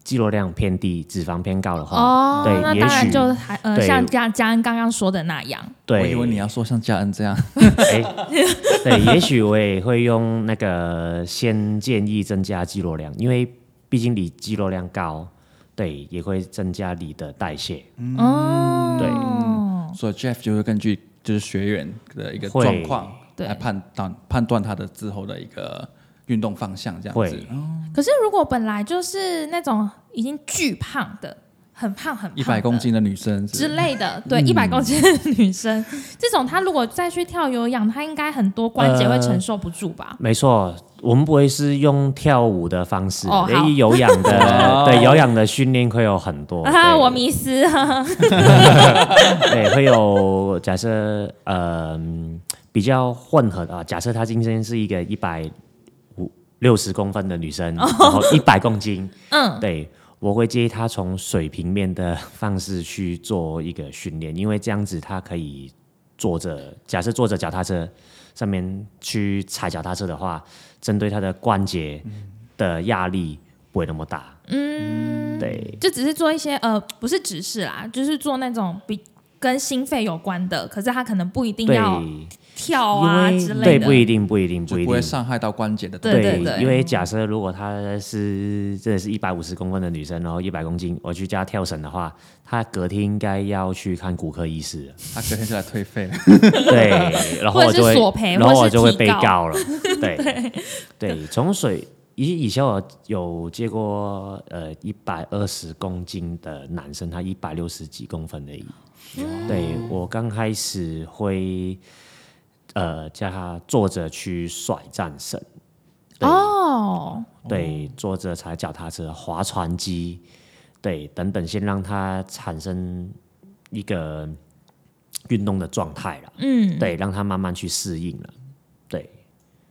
[SPEAKER 4] 肌肉量偏低，脂肪偏高的话，
[SPEAKER 2] 哦，
[SPEAKER 4] 嗯对
[SPEAKER 2] 那
[SPEAKER 4] 也
[SPEAKER 2] 当然
[SPEAKER 4] 许
[SPEAKER 2] 就还呃，
[SPEAKER 4] 对
[SPEAKER 2] 像嘉嘉恩刚刚说的那样，
[SPEAKER 4] 对，
[SPEAKER 3] 我以为你要说像嘉恩这样，
[SPEAKER 4] 哎，
[SPEAKER 2] *laughs*
[SPEAKER 4] 对，也许我也会用那个先建议增加肌肉量，因为毕竟你肌肉量高，对，也会增加你的代谢，
[SPEAKER 2] 哦，
[SPEAKER 4] 对
[SPEAKER 3] 所以 Jeff 就会根据就是学员的一个
[SPEAKER 4] 会
[SPEAKER 3] 状况
[SPEAKER 2] 对
[SPEAKER 3] 来判断判断他的之后的一个运动方向这样
[SPEAKER 4] 会
[SPEAKER 3] 子。
[SPEAKER 2] 可是如果本来就是那种已经巨胖的，很胖很胖的，
[SPEAKER 3] 一百公斤的女生是
[SPEAKER 2] 之类的，
[SPEAKER 4] 嗯
[SPEAKER 2] 对，一百公斤的女生，这种她如果再去跳有氧，她应该很多关节会
[SPEAKER 4] 呃
[SPEAKER 2] 承受不住吧？
[SPEAKER 4] 没错。我们不会是用跳舞的方式，
[SPEAKER 2] 哦
[SPEAKER 4] 因
[SPEAKER 2] 好
[SPEAKER 4] 为有氧
[SPEAKER 3] 哦
[SPEAKER 2] *laughs*
[SPEAKER 4] 的，对有氧的训练会有很多。
[SPEAKER 2] 啊，
[SPEAKER 4] 哦对
[SPEAKER 2] *laughs* 我迷失了，
[SPEAKER 4] *laughs* 对，哎会有假设呃嗯比较混合的啊，假设她今天是一个一百五六十公分的女生，然后一百公斤，
[SPEAKER 2] 嗯，
[SPEAKER 4] 对。我会建议她从水平面的方式去做一个训练，因为这样子她可以坐着，假设坐着脚踏车上面去踩脚踏车的话，针对她的关节的压力不会那么大。嗯，对，
[SPEAKER 2] 就只是做一些呃，不是指示啦，就是做那种比跟心肺有关的，可是她可能不一定
[SPEAKER 4] 对，
[SPEAKER 2] 要跳啊
[SPEAKER 4] 因
[SPEAKER 2] 之
[SPEAKER 4] 为
[SPEAKER 2] 类
[SPEAKER 4] 对不一
[SPEAKER 2] 的，
[SPEAKER 4] 定，不一定，
[SPEAKER 3] 就
[SPEAKER 4] 不一
[SPEAKER 3] 不会
[SPEAKER 4] 定。
[SPEAKER 3] 伤害到关节的
[SPEAKER 2] 对
[SPEAKER 3] 动
[SPEAKER 2] 对
[SPEAKER 4] 因为假设如果她是真的是一百五十公分的女生，然后一百公斤，我去加跳绳的话，她隔天应该要去看骨科医
[SPEAKER 2] *laughs*
[SPEAKER 4] 师了。
[SPEAKER 3] 他隔天就来退费了。
[SPEAKER 4] 对，然后
[SPEAKER 2] 或者
[SPEAKER 4] 我
[SPEAKER 2] 是
[SPEAKER 4] 就会
[SPEAKER 2] 索赔
[SPEAKER 4] 然后
[SPEAKER 2] 或者
[SPEAKER 4] 我
[SPEAKER 2] 是
[SPEAKER 4] 就会
[SPEAKER 2] 提
[SPEAKER 4] 被
[SPEAKER 2] 告
[SPEAKER 4] 告
[SPEAKER 2] *laughs*
[SPEAKER 4] 了。对对，从水以以前我有接过呃一百二十公斤的男生，他一
[SPEAKER 2] 嗯
[SPEAKER 4] 百六十几公分而已。对我刚开始会呃叫他坐着去甩战绳，对、
[SPEAKER 2] 哦，
[SPEAKER 4] 对，坐着踩脚踏车、划船机，对等等，先让他产生一个运动的状态了，
[SPEAKER 2] 嗯，
[SPEAKER 4] 对，让他慢慢去适应了，对，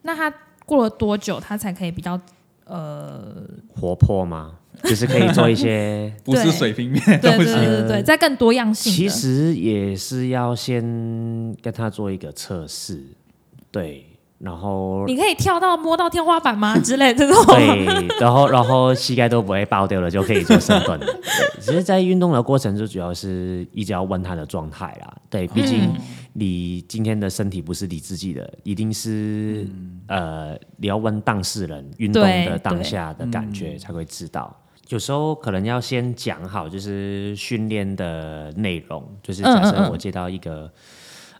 [SPEAKER 2] 那他过了多久他才可以比较呃，
[SPEAKER 4] 活泼吗？ *laughs* 就是可以做一些
[SPEAKER 3] 不是
[SPEAKER 2] 对
[SPEAKER 3] 水平面
[SPEAKER 2] 对
[SPEAKER 3] 的
[SPEAKER 2] 对
[SPEAKER 3] 东
[SPEAKER 2] 对
[SPEAKER 3] 西。
[SPEAKER 2] 对对，再更多样 *laughs* 性的。
[SPEAKER 4] 呃其实也是要先跟他做一个测试，对，然后
[SPEAKER 2] 你可以跳到摸到天花板吗之类这种？
[SPEAKER 4] 对，然后然后膝盖都不会爆掉了，就可以做深
[SPEAKER 2] *laughs*
[SPEAKER 4] 蹲了。对其实，在运动的过程，就主要是一直要问他的状态啦。
[SPEAKER 2] 嗯
[SPEAKER 4] 对，毕竟你今天的身体不是你自己的，一定是、呃，你要问当事人运动
[SPEAKER 2] 对
[SPEAKER 4] 的当下的感觉才会知道。有时候可能要先讲好，就是训练的内容。就是假
[SPEAKER 2] 嗯嗯
[SPEAKER 4] 设
[SPEAKER 2] 嗯
[SPEAKER 4] 我接到一个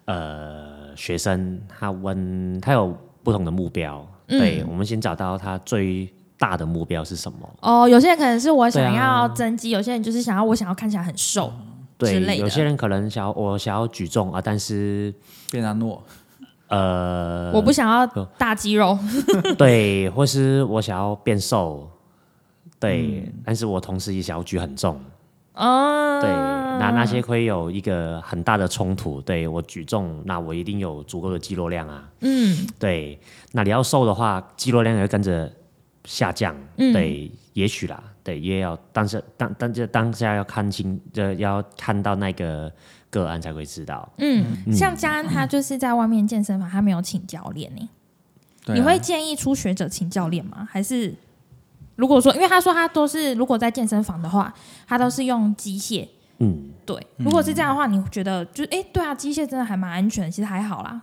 [SPEAKER 4] 呃学生，他问他有不同的目标，
[SPEAKER 2] 嗯
[SPEAKER 4] 对我们先找到他最大的目标是什么，
[SPEAKER 2] 哦，有些人可能是我想
[SPEAKER 4] 对
[SPEAKER 2] 要
[SPEAKER 4] 啊
[SPEAKER 2] 增肌，有些人就是想要我想要看起来很瘦。之类的
[SPEAKER 4] 对，有些人可能想要我想要举重啊，但是
[SPEAKER 3] 变阿诺，
[SPEAKER 4] 呃，
[SPEAKER 2] 我不想要大肌肉，
[SPEAKER 4] 对，或是我想要变瘦，对，但是我同时也想要举很重，
[SPEAKER 2] 嗯，
[SPEAKER 4] 对，那那些会有一个很大的冲突。对我举重，那我一定有足够的肌肉量啊。
[SPEAKER 2] 嗯，
[SPEAKER 4] 对，那你要瘦的话，肌肉量也会跟着下降。
[SPEAKER 2] 嗯
[SPEAKER 4] 对，也许啦，对，也要，但是当但这当下要看清，这要看到那个个案才会知道。
[SPEAKER 2] 嗯，像佳恩他就是在外面健身房，他没有请教练呢、
[SPEAKER 3] 对啊
[SPEAKER 2] 你会建议初学者请教练吗？还是如果说，因为他说他都是如果在健身房的话，他都是用机械。
[SPEAKER 4] 嗯，
[SPEAKER 2] 对，如果是这样的话，你觉得就哎、对啊，机械真的还蛮安全，其实还好啦。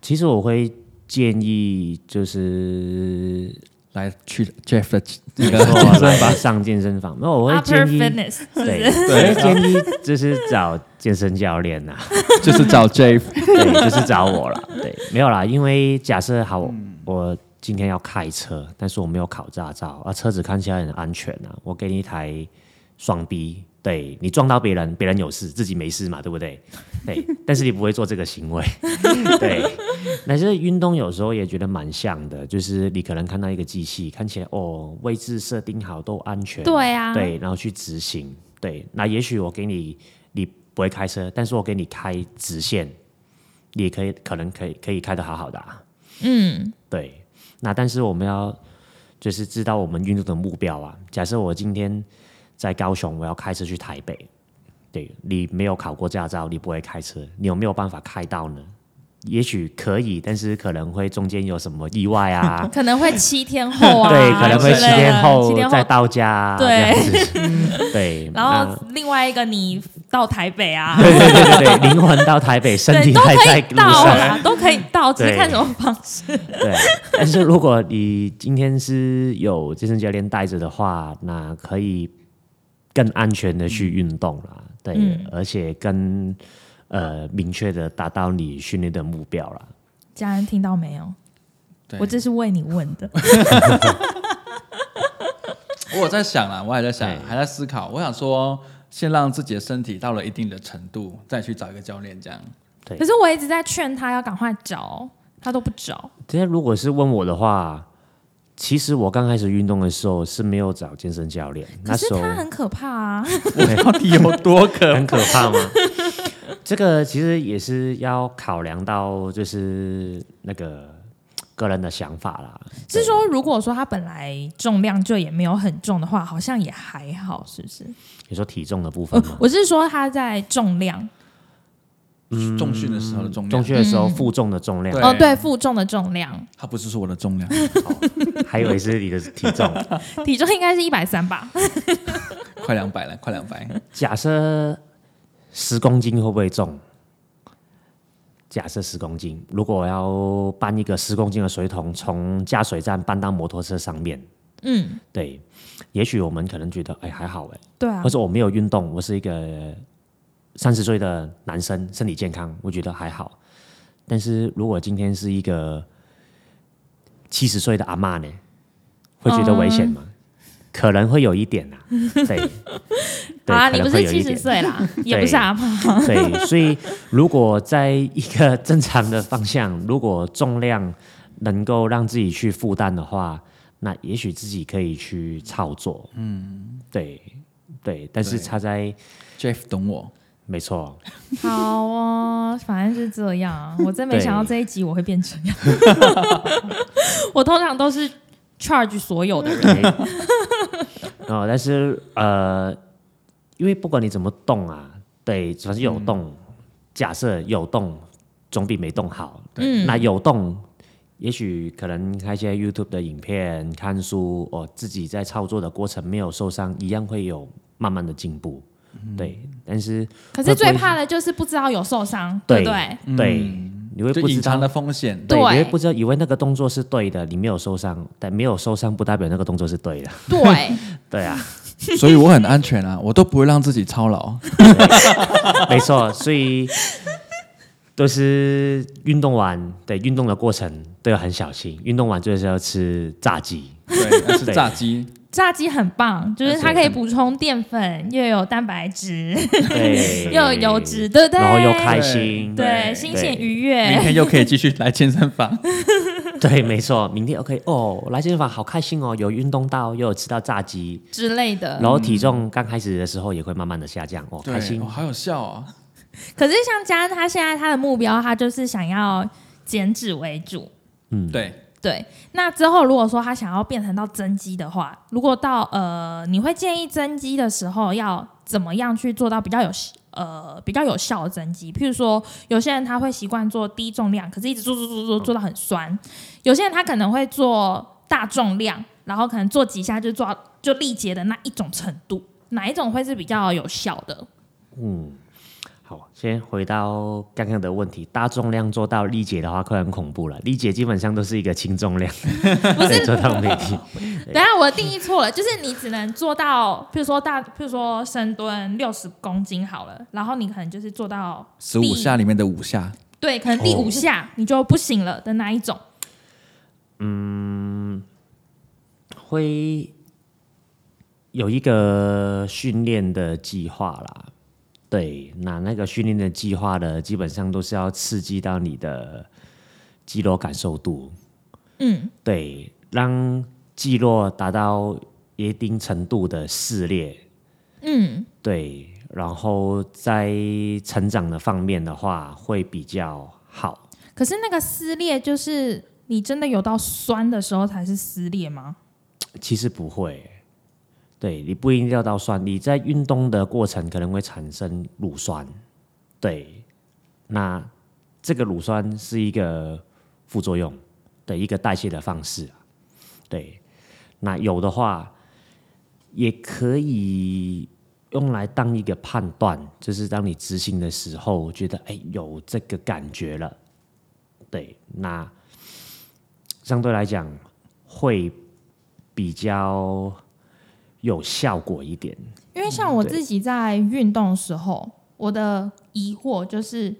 [SPEAKER 4] 其实我会建议
[SPEAKER 2] *laughs*
[SPEAKER 4] 就是
[SPEAKER 3] 来去 Jeff 的那
[SPEAKER 4] 没
[SPEAKER 3] 个
[SPEAKER 4] 错
[SPEAKER 3] 健身
[SPEAKER 4] 啊来
[SPEAKER 3] 房，
[SPEAKER 4] 上健身房，那我会
[SPEAKER 2] Upper
[SPEAKER 4] 建议。
[SPEAKER 2] Fitness 是不
[SPEAKER 4] 对，
[SPEAKER 2] 是？
[SPEAKER 4] 我会建议就是找健身教练呐、啊
[SPEAKER 3] 就是
[SPEAKER 2] *laughs*
[SPEAKER 3] 找 Jeff。
[SPEAKER 4] 对，就是找我了。对，没有啦，因 *laughs* 为假设好，我今天要开车，但是我没有考驾照，啊，车子看起来很安全啊，我给你一台双 B，对你撞到别人，别人有事，自己没事嘛，对不对？对，但是你不会做这个行为， *laughs* 对。那就是运动有时候也觉得蛮像的，就是你可能看到一个机器，看起来哦，位置设定好都安全，
[SPEAKER 2] *laughs* 对啊，
[SPEAKER 4] 对，然后去执行。对，那也许我给你，你不会开车，但是我给你开直线，你也可以可能可以可以开的好好的、啊。
[SPEAKER 2] 嗯，，
[SPEAKER 4] 对，那但是我们要就是知道我们运动的目标啊。假设我今天在高雄，我要开车去台北，对你没有考过驾照，你不会开车，你有没有办法开到呢？也许可以，但是可能会中间有什么意外啊
[SPEAKER 2] 可能会七天后啊，
[SPEAKER 4] 对，可能会
[SPEAKER 2] 之
[SPEAKER 4] 七
[SPEAKER 2] 类的
[SPEAKER 4] 天后
[SPEAKER 2] 七天后
[SPEAKER 4] 再到家、啊，
[SPEAKER 2] 对
[SPEAKER 4] 这样
[SPEAKER 2] *laughs*
[SPEAKER 4] 子，对，
[SPEAKER 2] 然
[SPEAKER 4] 那
[SPEAKER 2] 后另外一个你到台北啊，
[SPEAKER 4] 对对对对对，灵魂到台北，身体
[SPEAKER 2] *laughs* 对，都
[SPEAKER 4] 还
[SPEAKER 2] 可
[SPEAKER 4] 在
[SPEAKER 2] 以
[SPEAKER 4] 路
[SPEAKER 2] 到啊
[SPEAKER 4] 上。
[SPEAKER 2] 啦，都可以到，只是
[SPEAKER 4] 对
[SPEAKER 2] 看什么方式。
[SPEAKER 4] 对，但是如果你今天是有健身教练带着的话，那可以更安全的去运动啦。对，
[SPEAKER 2] 嗯
[SPEAKER 4] 而且更呃明确的达到你训练的目标啦。
[SPEAKER 2] 家人听到没有？
[SPEAKER 3] 对
[SPEAKER 2] 我这是为你问的。
[SPEAKER 3] 我有在想啦，我也在想
[SPEAKER 4] 对，
[SPEAKER 3] 还在思考。我想说，先让自己的身体到了一定的程度，再去找一个教练这样。
[SPEAKER 4] 对
[SPEAKER 2] 可是我一直在劝他要赶快找，他都不找。
[SPEAKER 4] 今天如果是问我的话，其实我刚开始运动的时候是没有找健身教练，
[SPEAKER 2] 可
[SPEAKER 4] 那
[SPEAKER 2] 是
[SPEAKER 4] 时候
[SPEAKER 2] 他很可怕啊！
[SPEAKER 4] *laughs* 对
[SPEAKER 3] 到底 *laughs* 有多可？
[SPEAKER 4] 很可怕吗？这个其实也是要考量到，就是那个个人的想法啦。
[SPEAKER 2] 是说，如果说他本来重量就也没有很重的话，好像也还好，是不是？
[SPEAKER 4] 你说体重的部分
[SPEAKER 2] 呃
[SPEAKER 4] 吗？
[SPEAKER 2] 我是说他在重量
[SPEAKER 3] 重训的时候的重
[SPEAKER 4] 中
[SPEAKER 3] 量，
[SPEAKER 4] 学的时候负嗯重的重
[SPEAKER 3] 嗯
[SPEAKER 4] 量，
[SPEAKER 3] 对
[SPEAKER 2] 哦，对，负重的重 *laughs* 量，
[SPEAKER 3] 它不是说我的
[SPEAKER 4] *laughs*
[SPEAKER 3] 重量，
[SPEAKER 4] 还有一是你的体重。
[SPEAKER 2] 体重应该是一百三吧？
[SPEAKER 3] 快两百了，快两百。
[SPEAKER 4] 假设十公斤会不会重？假设十公斤，如果我要搬一个十公斤的水桶从加水站搬到摩托车上面，
[SPEAKER 2] 嗯，
[SPEAKER 4] 对，也许我们可能觉得哎还好哎，
[SPEAKER 2] *laughs* 对啊
[SPEAKER 4] 或，者我没有运动，我是一个三十岁的男生，身体健康，我觉得还好。但是如果今天是一个七十岁的阿嬷呢，
[SPEAKER 2] 哦 *laughs*
[SPEAKER 4] 会觉得危险吗？可能会有一点啊，对
[SPEAKER 2] 好
[SPEAKER 4] 对
[SPEAKER 2] 啦，
[SPEAKER 4] 可
[SPEAKER 2] 你不
[SPEAKER 4] 能
[SPEAKER 2] 是
[SPEAKER 4] 会有
[SPEAKER 2] 七
[SPEAKER 4] 一
[SPEAKER 2] 十
[SPEAKER 4] 点。
[SPEAKER 2] 岁 *laughs*
[SPEAKER 4] *laughs*
[SPEAKER 2] 啦，也不是啊 *laughs* 阿妈，
[SPEAKER 4] 对，所以如果在一个正常的方向，如果重量能够让自己去负担的话，那也许自己可以去操作。嗯，对对，但是
[SPEAKER 3] 对
[SPEAKER 4] 差在
[SPEAKER 3] Jeff 懂我，
[SPEAKER 4] 没错，
[SPEAKER 2] 好哦，反正是这样啊。我真没想到这一集我会变这样。 *laughs* 我通常都是 charge 所有的
[SPEAKER 4] *laughs*
[SPEAKER 2] 人，
[SPEAKER 4] 对哦，但是呃，因为不管你怎么动啊，对，只要是有动，假设有动总比没动好。
[SPEAKER 2] 嗯
[SPEAKER 4] 那有动，也许可能看一些 YouTube 的影片、看书，我、自己在操作的过程没有受伤，一样会有慢慢的进步。对，但是
[SPEAKER 2] 可是最怕的就是不知道有受伤，对
[SPEAKER 4] 对
[SPEAKER 2] 不对？
[SPEAKER 4] 对，你会
[SPEAKER 3] 嗯就
[SPEAKER 4] 不知
[SPEAKER 3] 隐藏
[SPEAKER 4] 道
[SPEAKER 3] 的。风险。
[SPEAKER 4] 对，
[SPEAKER 2] 对
[SPEAKER 4] 你会不知道，以为那个动作是对的，你没有受伤，但没有受伤不代表那个动作是对的。 *laughs*
[SPEAKER 2] 对，
[SPEAKER 4] 对啊，
[SPEAKER 3] 所以我很安全啊，我都不会让自己操劳。
[SPEAKER 4] 没错，所以都是运动完，对运动的过程都要很小心。运动完就是要吃炸
[SPEAKER 2] *laughs*
[SPEAKER 4] 鸡，
[SPEAKER 3] *laughs* 对，那是炸鸡，
[SPEAKER 2] 炸鸡很棒，就是它可以补充淀粉，又有蛋白质，
[SPEAKER 4] 对，
[SPEAKER 2] 又有油脂，，对不对？
[SPEAKER 4] 然后又开心，
[SPEAKER 2] 对，
[SPEAKER 3] 对
[SPEAKER 2] 心情
[SPEAKER 4] 对
[SPEAKER 2] 愉
[SPEAKER 3] 明
[SPEAKER 2] 悦。
[SPEAKER 3] 天又可以继续来健身房。
[SPEAKER 4] 对，没错，明天 OK 哦，来健身房好开心哦，有运动到，又有吃到炸鸡，
[SPEAKER 2] 之类的，
[SPEAKER 4] 然后体重刚开始的时候也会慢慢的下降哦，
[SPEAKER 3] 对
[SPEAKER 4] 开心
[SPEAKER 3] 哦，好有笑啊！
[SPEAKER 2] 可是像佳恩，他现在他的目标，他就是想要减脂为主，
[SPEAKER 3] 对，
[SPEAKER 2] 对，那之后如果说他想要变成到增肌的话，如果到呃，你会建议增肌的时候要怎么样去做到比较有呃比较有效的增肌？譬如说，有些人他会习惯做低重量，可是一直做做做做做到很酸；有些人他可能会做大重量，然后可能做几下就做到就力竭的那一种程度，哪一种会是比较有效的？
[SPEAKER 4] 嗯。好，先回到刚刚的问题，大重量做到力竭的话，会很恐怖了。力竭基本上都是一个轻重量，
[SPEAKER 2] 不是
[SPEAKER 4] *laughs* 对，做到没力。
[SPEAKER 2] 等一下我定义错了，就是你只能做到，譬如说大，譬如说深蹲六十公斤好了，然后你可能就是做到
[SPEAKER 3] 十五
[SPEAKER 2] 第
[SPEAKER 3] 下里面的五下，
[SPEAKER 2] 对，可能第五
[SPEAKER 4] 哦
[SPEAKER 2] 下你就不行了的那一种。
[SPEAKER 4] 会有一个训练的计划啦。对，那那个训练的计划呢，基本上都是要刺激到你的肌肉感受度，
[SPEAKER 2] 嗯，
[SPEAKER 4] 对，让肌肉达到一定程度的撕裂，
[SPEAKER 2] 嗯，
[SPEAKER 4] 对，然后在成长的方面的话会比较好。
[SPEAKER 2] 可是那个撕裂就是你真的有到酸的时候才是撕裂吗？
[SPEAKER 4] 其实不会，对你不一定要到酸，你在运动的过程可能会产生乳酸，对，那这个乳酸是一个副作用的一个代谢的方式啊，对，那有的话也可以用来当一个判断，就是当你执行的时候觉得哎有这个感觉了，对，那相对来讲会比较有效果一点。
[SPEAKER 2] 因为像我自己在运动的时候，我的疑惑就是，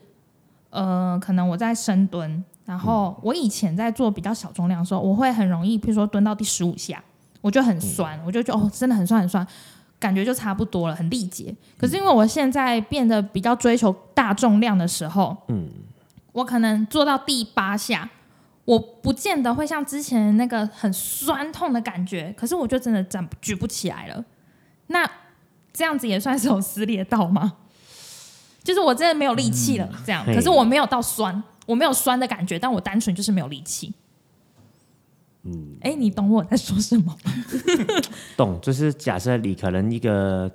[SPEAKER 2] 呃，可能我在深蹲，然后我以前在做比较小重量的时候，我会很容易，譬如说蹲到第十五下，我就很酸，我就觉得哦，真的很酸很酸，感觉就差不多了，很力竭。可是因为我现在变得比较追求大重量的时候，嗯，我可能做到第八下。我不见得会像之前那个很酸痛的感觉，可是我就真的站举不起来了。那这样子也算是有撕裂到吗？就是我真的没有力气了，这样，
[SPEAKER 4] 嘿
[SPEAKER 2] 可是我没有到酸，我没有酸的感觉，但我单纯就是没有力气。嗯，哎、你懂我在说什么？
[SPEAKER 4] 懂，就是假设你可能一个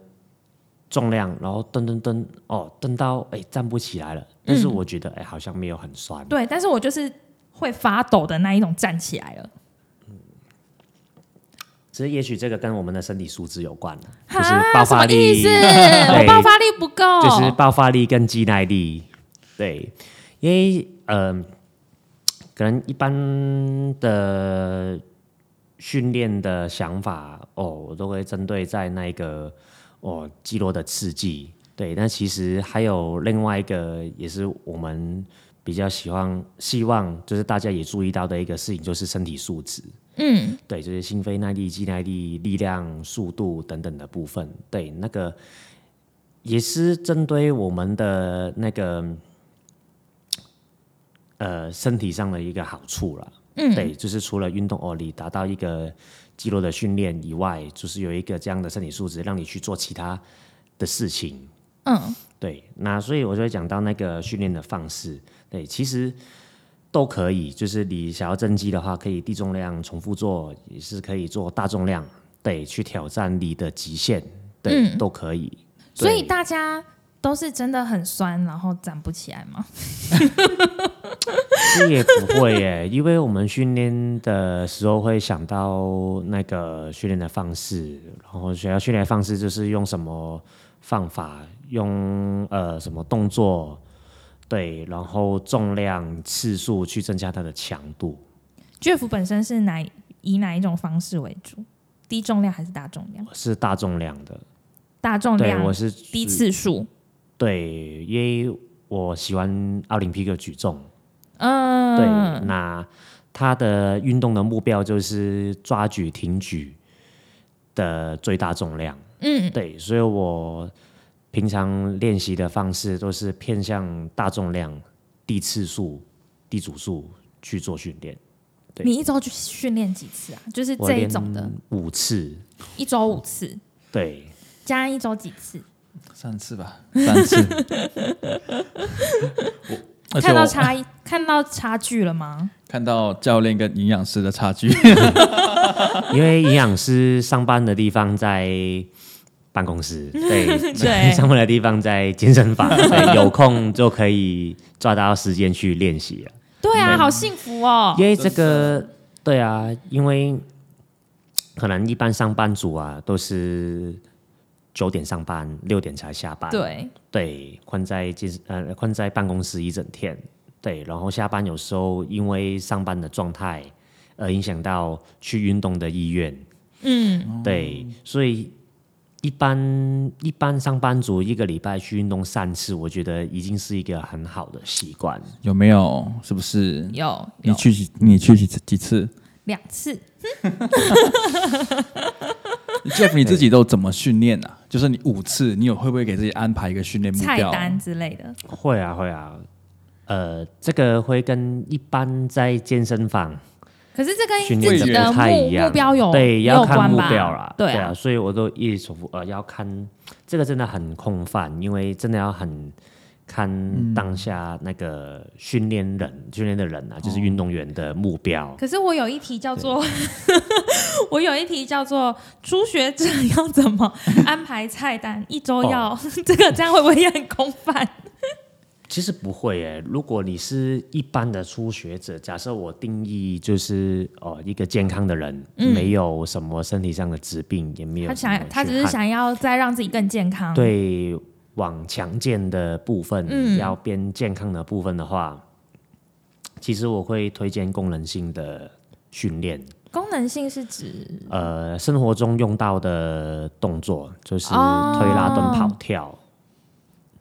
[SPEAKER 4] 重量，然后蹬蹬蹬，哦，蹬到哎站不起来了，但是我觉得哎好像没有很酸。
[SPEAKER 2] 嗯对，但是我就是会发抖的那一种站起来了。
[SPEAKER 4] 其实也许这个跟我们的身体素质有关了，啊就
[SPEAKER 2] 哈
[SPEAKER 4] 是爆
[SPEAKER 2] 什么
[SPEAKER 4] 发
[SPEAKER 2] 意
[SPEAKER 4] 力，
[SPEAKER 2] 思？
[SPEAKER 4] *laughs* 对
[SPEAKER 2] 我爆发力不够，
[SPEAKER 4] 哦就是爆发力跟肌耐力。对，因为嗯、可能一般的训练的想法哦，我都会针对在那个哦肌肉的刺激。对，但其实还有另外一个，也是我们比较喜欢、希望就是大家也注意到的一个事情，就是身体素质。
[SPEAKER 2] 嗯，
[SPEAKER 4] 对，就是心肺耐力、肌耐力、力量、速度等等的部分。对，那个也是针对我们的那个呃身体上的一个好处啦。嗯，对，就是除了运动哦，你达到一个肌肉的训练以外，就是有一个这样的身体素质，让你去做其他的事情。
[SPEAKER 2] 嗯，
[SPEAKER 4] 对，那所以我就会讲到那个训练的方式。对，其实都可以，就是你想要增肌的话，可以低重量重复做，也是可以做大重量，对，去挑战你的极限，对，都可以。
[SPEAKER 2] 嗯所以
[SPEAKER 4] 对
[SPEAKER 2] 大家都是真的很酸，然后站不起来吗？
[SPEAKER 4] 其实也不会耶， *laughs* 因为我们训练的时候会想到那个训练的方式，然后学校训练的方式就是用什么方法，用呃什么动作，对，然后重量、次数去增加它的强度。
[SPEAKER 2] Jeff 本身是哪以哪一种方式为主？低重量还是大重量？
[SPEAKER 4] 我是大重量的，
[SPEAKER 2] 大重
[SPEAKER 4] 对
[SPEAKER 2] 量
[SPEAKER 4] 我是
[SPEAKER 2] 低次数。
[SPEAKER 4] 对，因为我喜欢奥林匹克举重，
[SPEAKER 2] 嗯，
[SPEAKER 4] 对，那他的运动的目标就是抓举、挺举的最大重量。
[SPEAKER 2] 嗯，
[SPEAKER 4] 对，所以我平常练习的方式都是偏向大重量、低次数、低组数去做训练。对
[SPEAKER 2] 你一周去训练几次啊？就是
[SPEAKER 4] 我
[SPEAKER 2] 这一
[SPEAKER 4] 练
[SPEAKER 2] 种的，
[SPEAKER 4] 五次，
[SPEAKER 2] 一周五次，
[SPEAKER 4] 对，
[SPEAKER 2] 加一周几次？
[SPEAKER 3] 三次吧，三次。 *laughs* 我而且
[SPEAKER 2] 看到
[SPEAKER 3] 我
[SPEAKER 2] 差
[SPEAKER 4] *laughs*
[SPEAKER 2] 异，看到差距了吗？
[SPEAKER 3] 看到教练跟营养师的差距， *laughs*
[SPEAKER 4] 因为营养师上班的地方在。办公室
[SPEAKER 2] *laughs*
[SPEAKER 4] 对，
[SPEAKER 2] 对
[SPEAKER 4] *laughs* 上班的地方在健
[SPEAKER 2] *laughs*
[SPEAKER 4] 身房，对有空就可以抓到时间去练习了。
[SPEAKER 2] 对啊，好幸福哦。
[SPEAKER 4] 因为这个，对啊，因为可能一般上班族啊都是九点上班，六点才下班，
[SPEAKER 2] 对，
[SPEAKER 4] 对，困在健呃困在办公室一整天，对，然后下班有时候因为上班的状态而影响到去运动的意愿，
[SPEAKER 2] 嗯，
[SPEAKER 4] 对，所以一般一般上班族一个礼拜去运动三次，我觉得已经是一个很好的习惯。
[SPEAKER 3] 有没有？是不是？
[SPEAKER 2] 有
[SPEAKER 3] 你
[SPEAKER 2] 有
[SPEAKER 3] 去几？你去几次？几次
[SPEAKER 2] 两次，
[SPEAKER 3] ？Jeff，你自己都怎么训练啊？就是你五次，你有会不会给自己安排一个训练目
[SPEAKER 2] 菜
[SPEAKER 3] 标？
[SPEAKER 2] 单之类的。
[SPEAKER 4] 会啊，会啊。呃，这个会跟一般在健身房
[SPEAKER 2] 可哎是这
[SPEAKER 4] 训
[SPEAKER 2] 跟
[SPEAKER 4] 练
[SPEAKER 2] 自己的
[SPEAKER 4] 不太
[SPEAKER 2] 目
[SPEAKER 4] 一样，
[SPEAKER 2] 目标有
[SPEAKER 4] 对，
[SPEAKER 2] 有
[SPEAKER 4] 要看
[SPEAKER 2] 关
[SPEAKER 4] 目
[SPEAKER 2] 吧
[SPEAKER 4] 标啦，
[SPEAKER 2] 对
[SPEAKER 4] 啊，，所以我都一直重复，呃，要看这个真的很空泛，因为真的要很看
[SPEAKER 2] 嗯
[SPEAKER 4] 当下那个训练人、训练的人啊，
[SPEAKER 2] 哦
[SPEAKER 4] 就是运动员的目标。
[SPEAKER 2] 可是我有一题叫做， *laughs* 我有一题叫做初学者要怎么安排菜单，一周要、
[SPEAKER 4] 哦
[SPEAKER 2] *laughs* 这个这样会不会也很空泛？
[SPEAKER 4] 其实不会诶，如果你是一般的初学者，假设我定义就是哦、一个健康的人，没有什么身体上的疾病，也没有
[SPEAKER 2] 嗯他
[SPEAKER 4] 什么
[SPEAKER 2] 想，他
[SPEAKER 4] 缺
[SPEAKER 2] 只是
[SPEAKER 4] 憾
[SPEAKER 2] 想要再让自己更健康。，
[SPEAKER 4] 对往强健的部分，
[SPEAKER 2] 嗯
[SPEAKER 4] 要变健康的部分的话，其实我会推荐功能性的训练，
[SPEAKER 2] 功能性是指
[SPEAKER 4] 呃，生活中用到的动作就是推
[SPEAKER 2] 哦
[SPEAKER 4] 拉、蹲、跑、跳，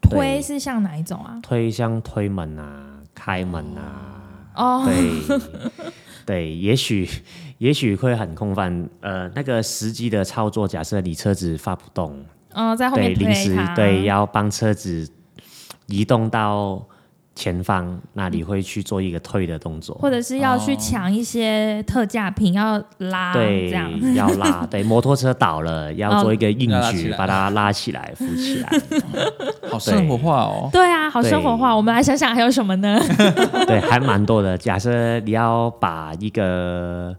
[SPEAKER 2] 推
[SPEAKER 4] 对
[SPEAKER 2] 是像哪一种啊？
[SPEAKER 4] 推箱、推门啊、开门啊，
[SPEAKER 2] 哦，
[SPEAKER 4] 对 *laughs* 对，也许也许会很空泛，呃，那个实际的操作，假设你车子发不动，
[SPEAKER 2] 嗯，在后
[SPEAKER 4] 对，
[SPEAKER 2] 面
[SPEAKER 4] 临
[SPEAKER 2] 推
[SPEAKER 4] 时
[SPEAKER 2] 它。
[SPEAKER 4] 对要帮车子移动到前方，那你会去做一个推的动作，
[SPEAKER 2] 或者是要去抢一些特价品，要拉
[SPEAKER 4] 哦对
[SPEAKER 2] 这样。，
[SPEAKER 4] *laughs* 要拉，对，摩托车倒
[SPEAKER 2] *laughs*
[SPEAKER 4] 了要
[SPEAKER 2] 哦
[SPEAKER 4] 做一个硬
[SPEAKER 3] 要拉起
[SPEAKER 4] 举，
[SPEAKER 3] 来
[SPEAKER 4] 把它拉起来扶起来，
[SPEAKER 3] 好生活化哦。
[SPEAKER 2] 对啊，好生活化。
[SPEAKER 4] 对
[SPEAKER 2] 我们来想想还有什么
[SPEAKER 4] *laughs*
[SPEAKER 2] 呢？哦
[SPEAKER 4] 对，还蛮多的。假设你要把一个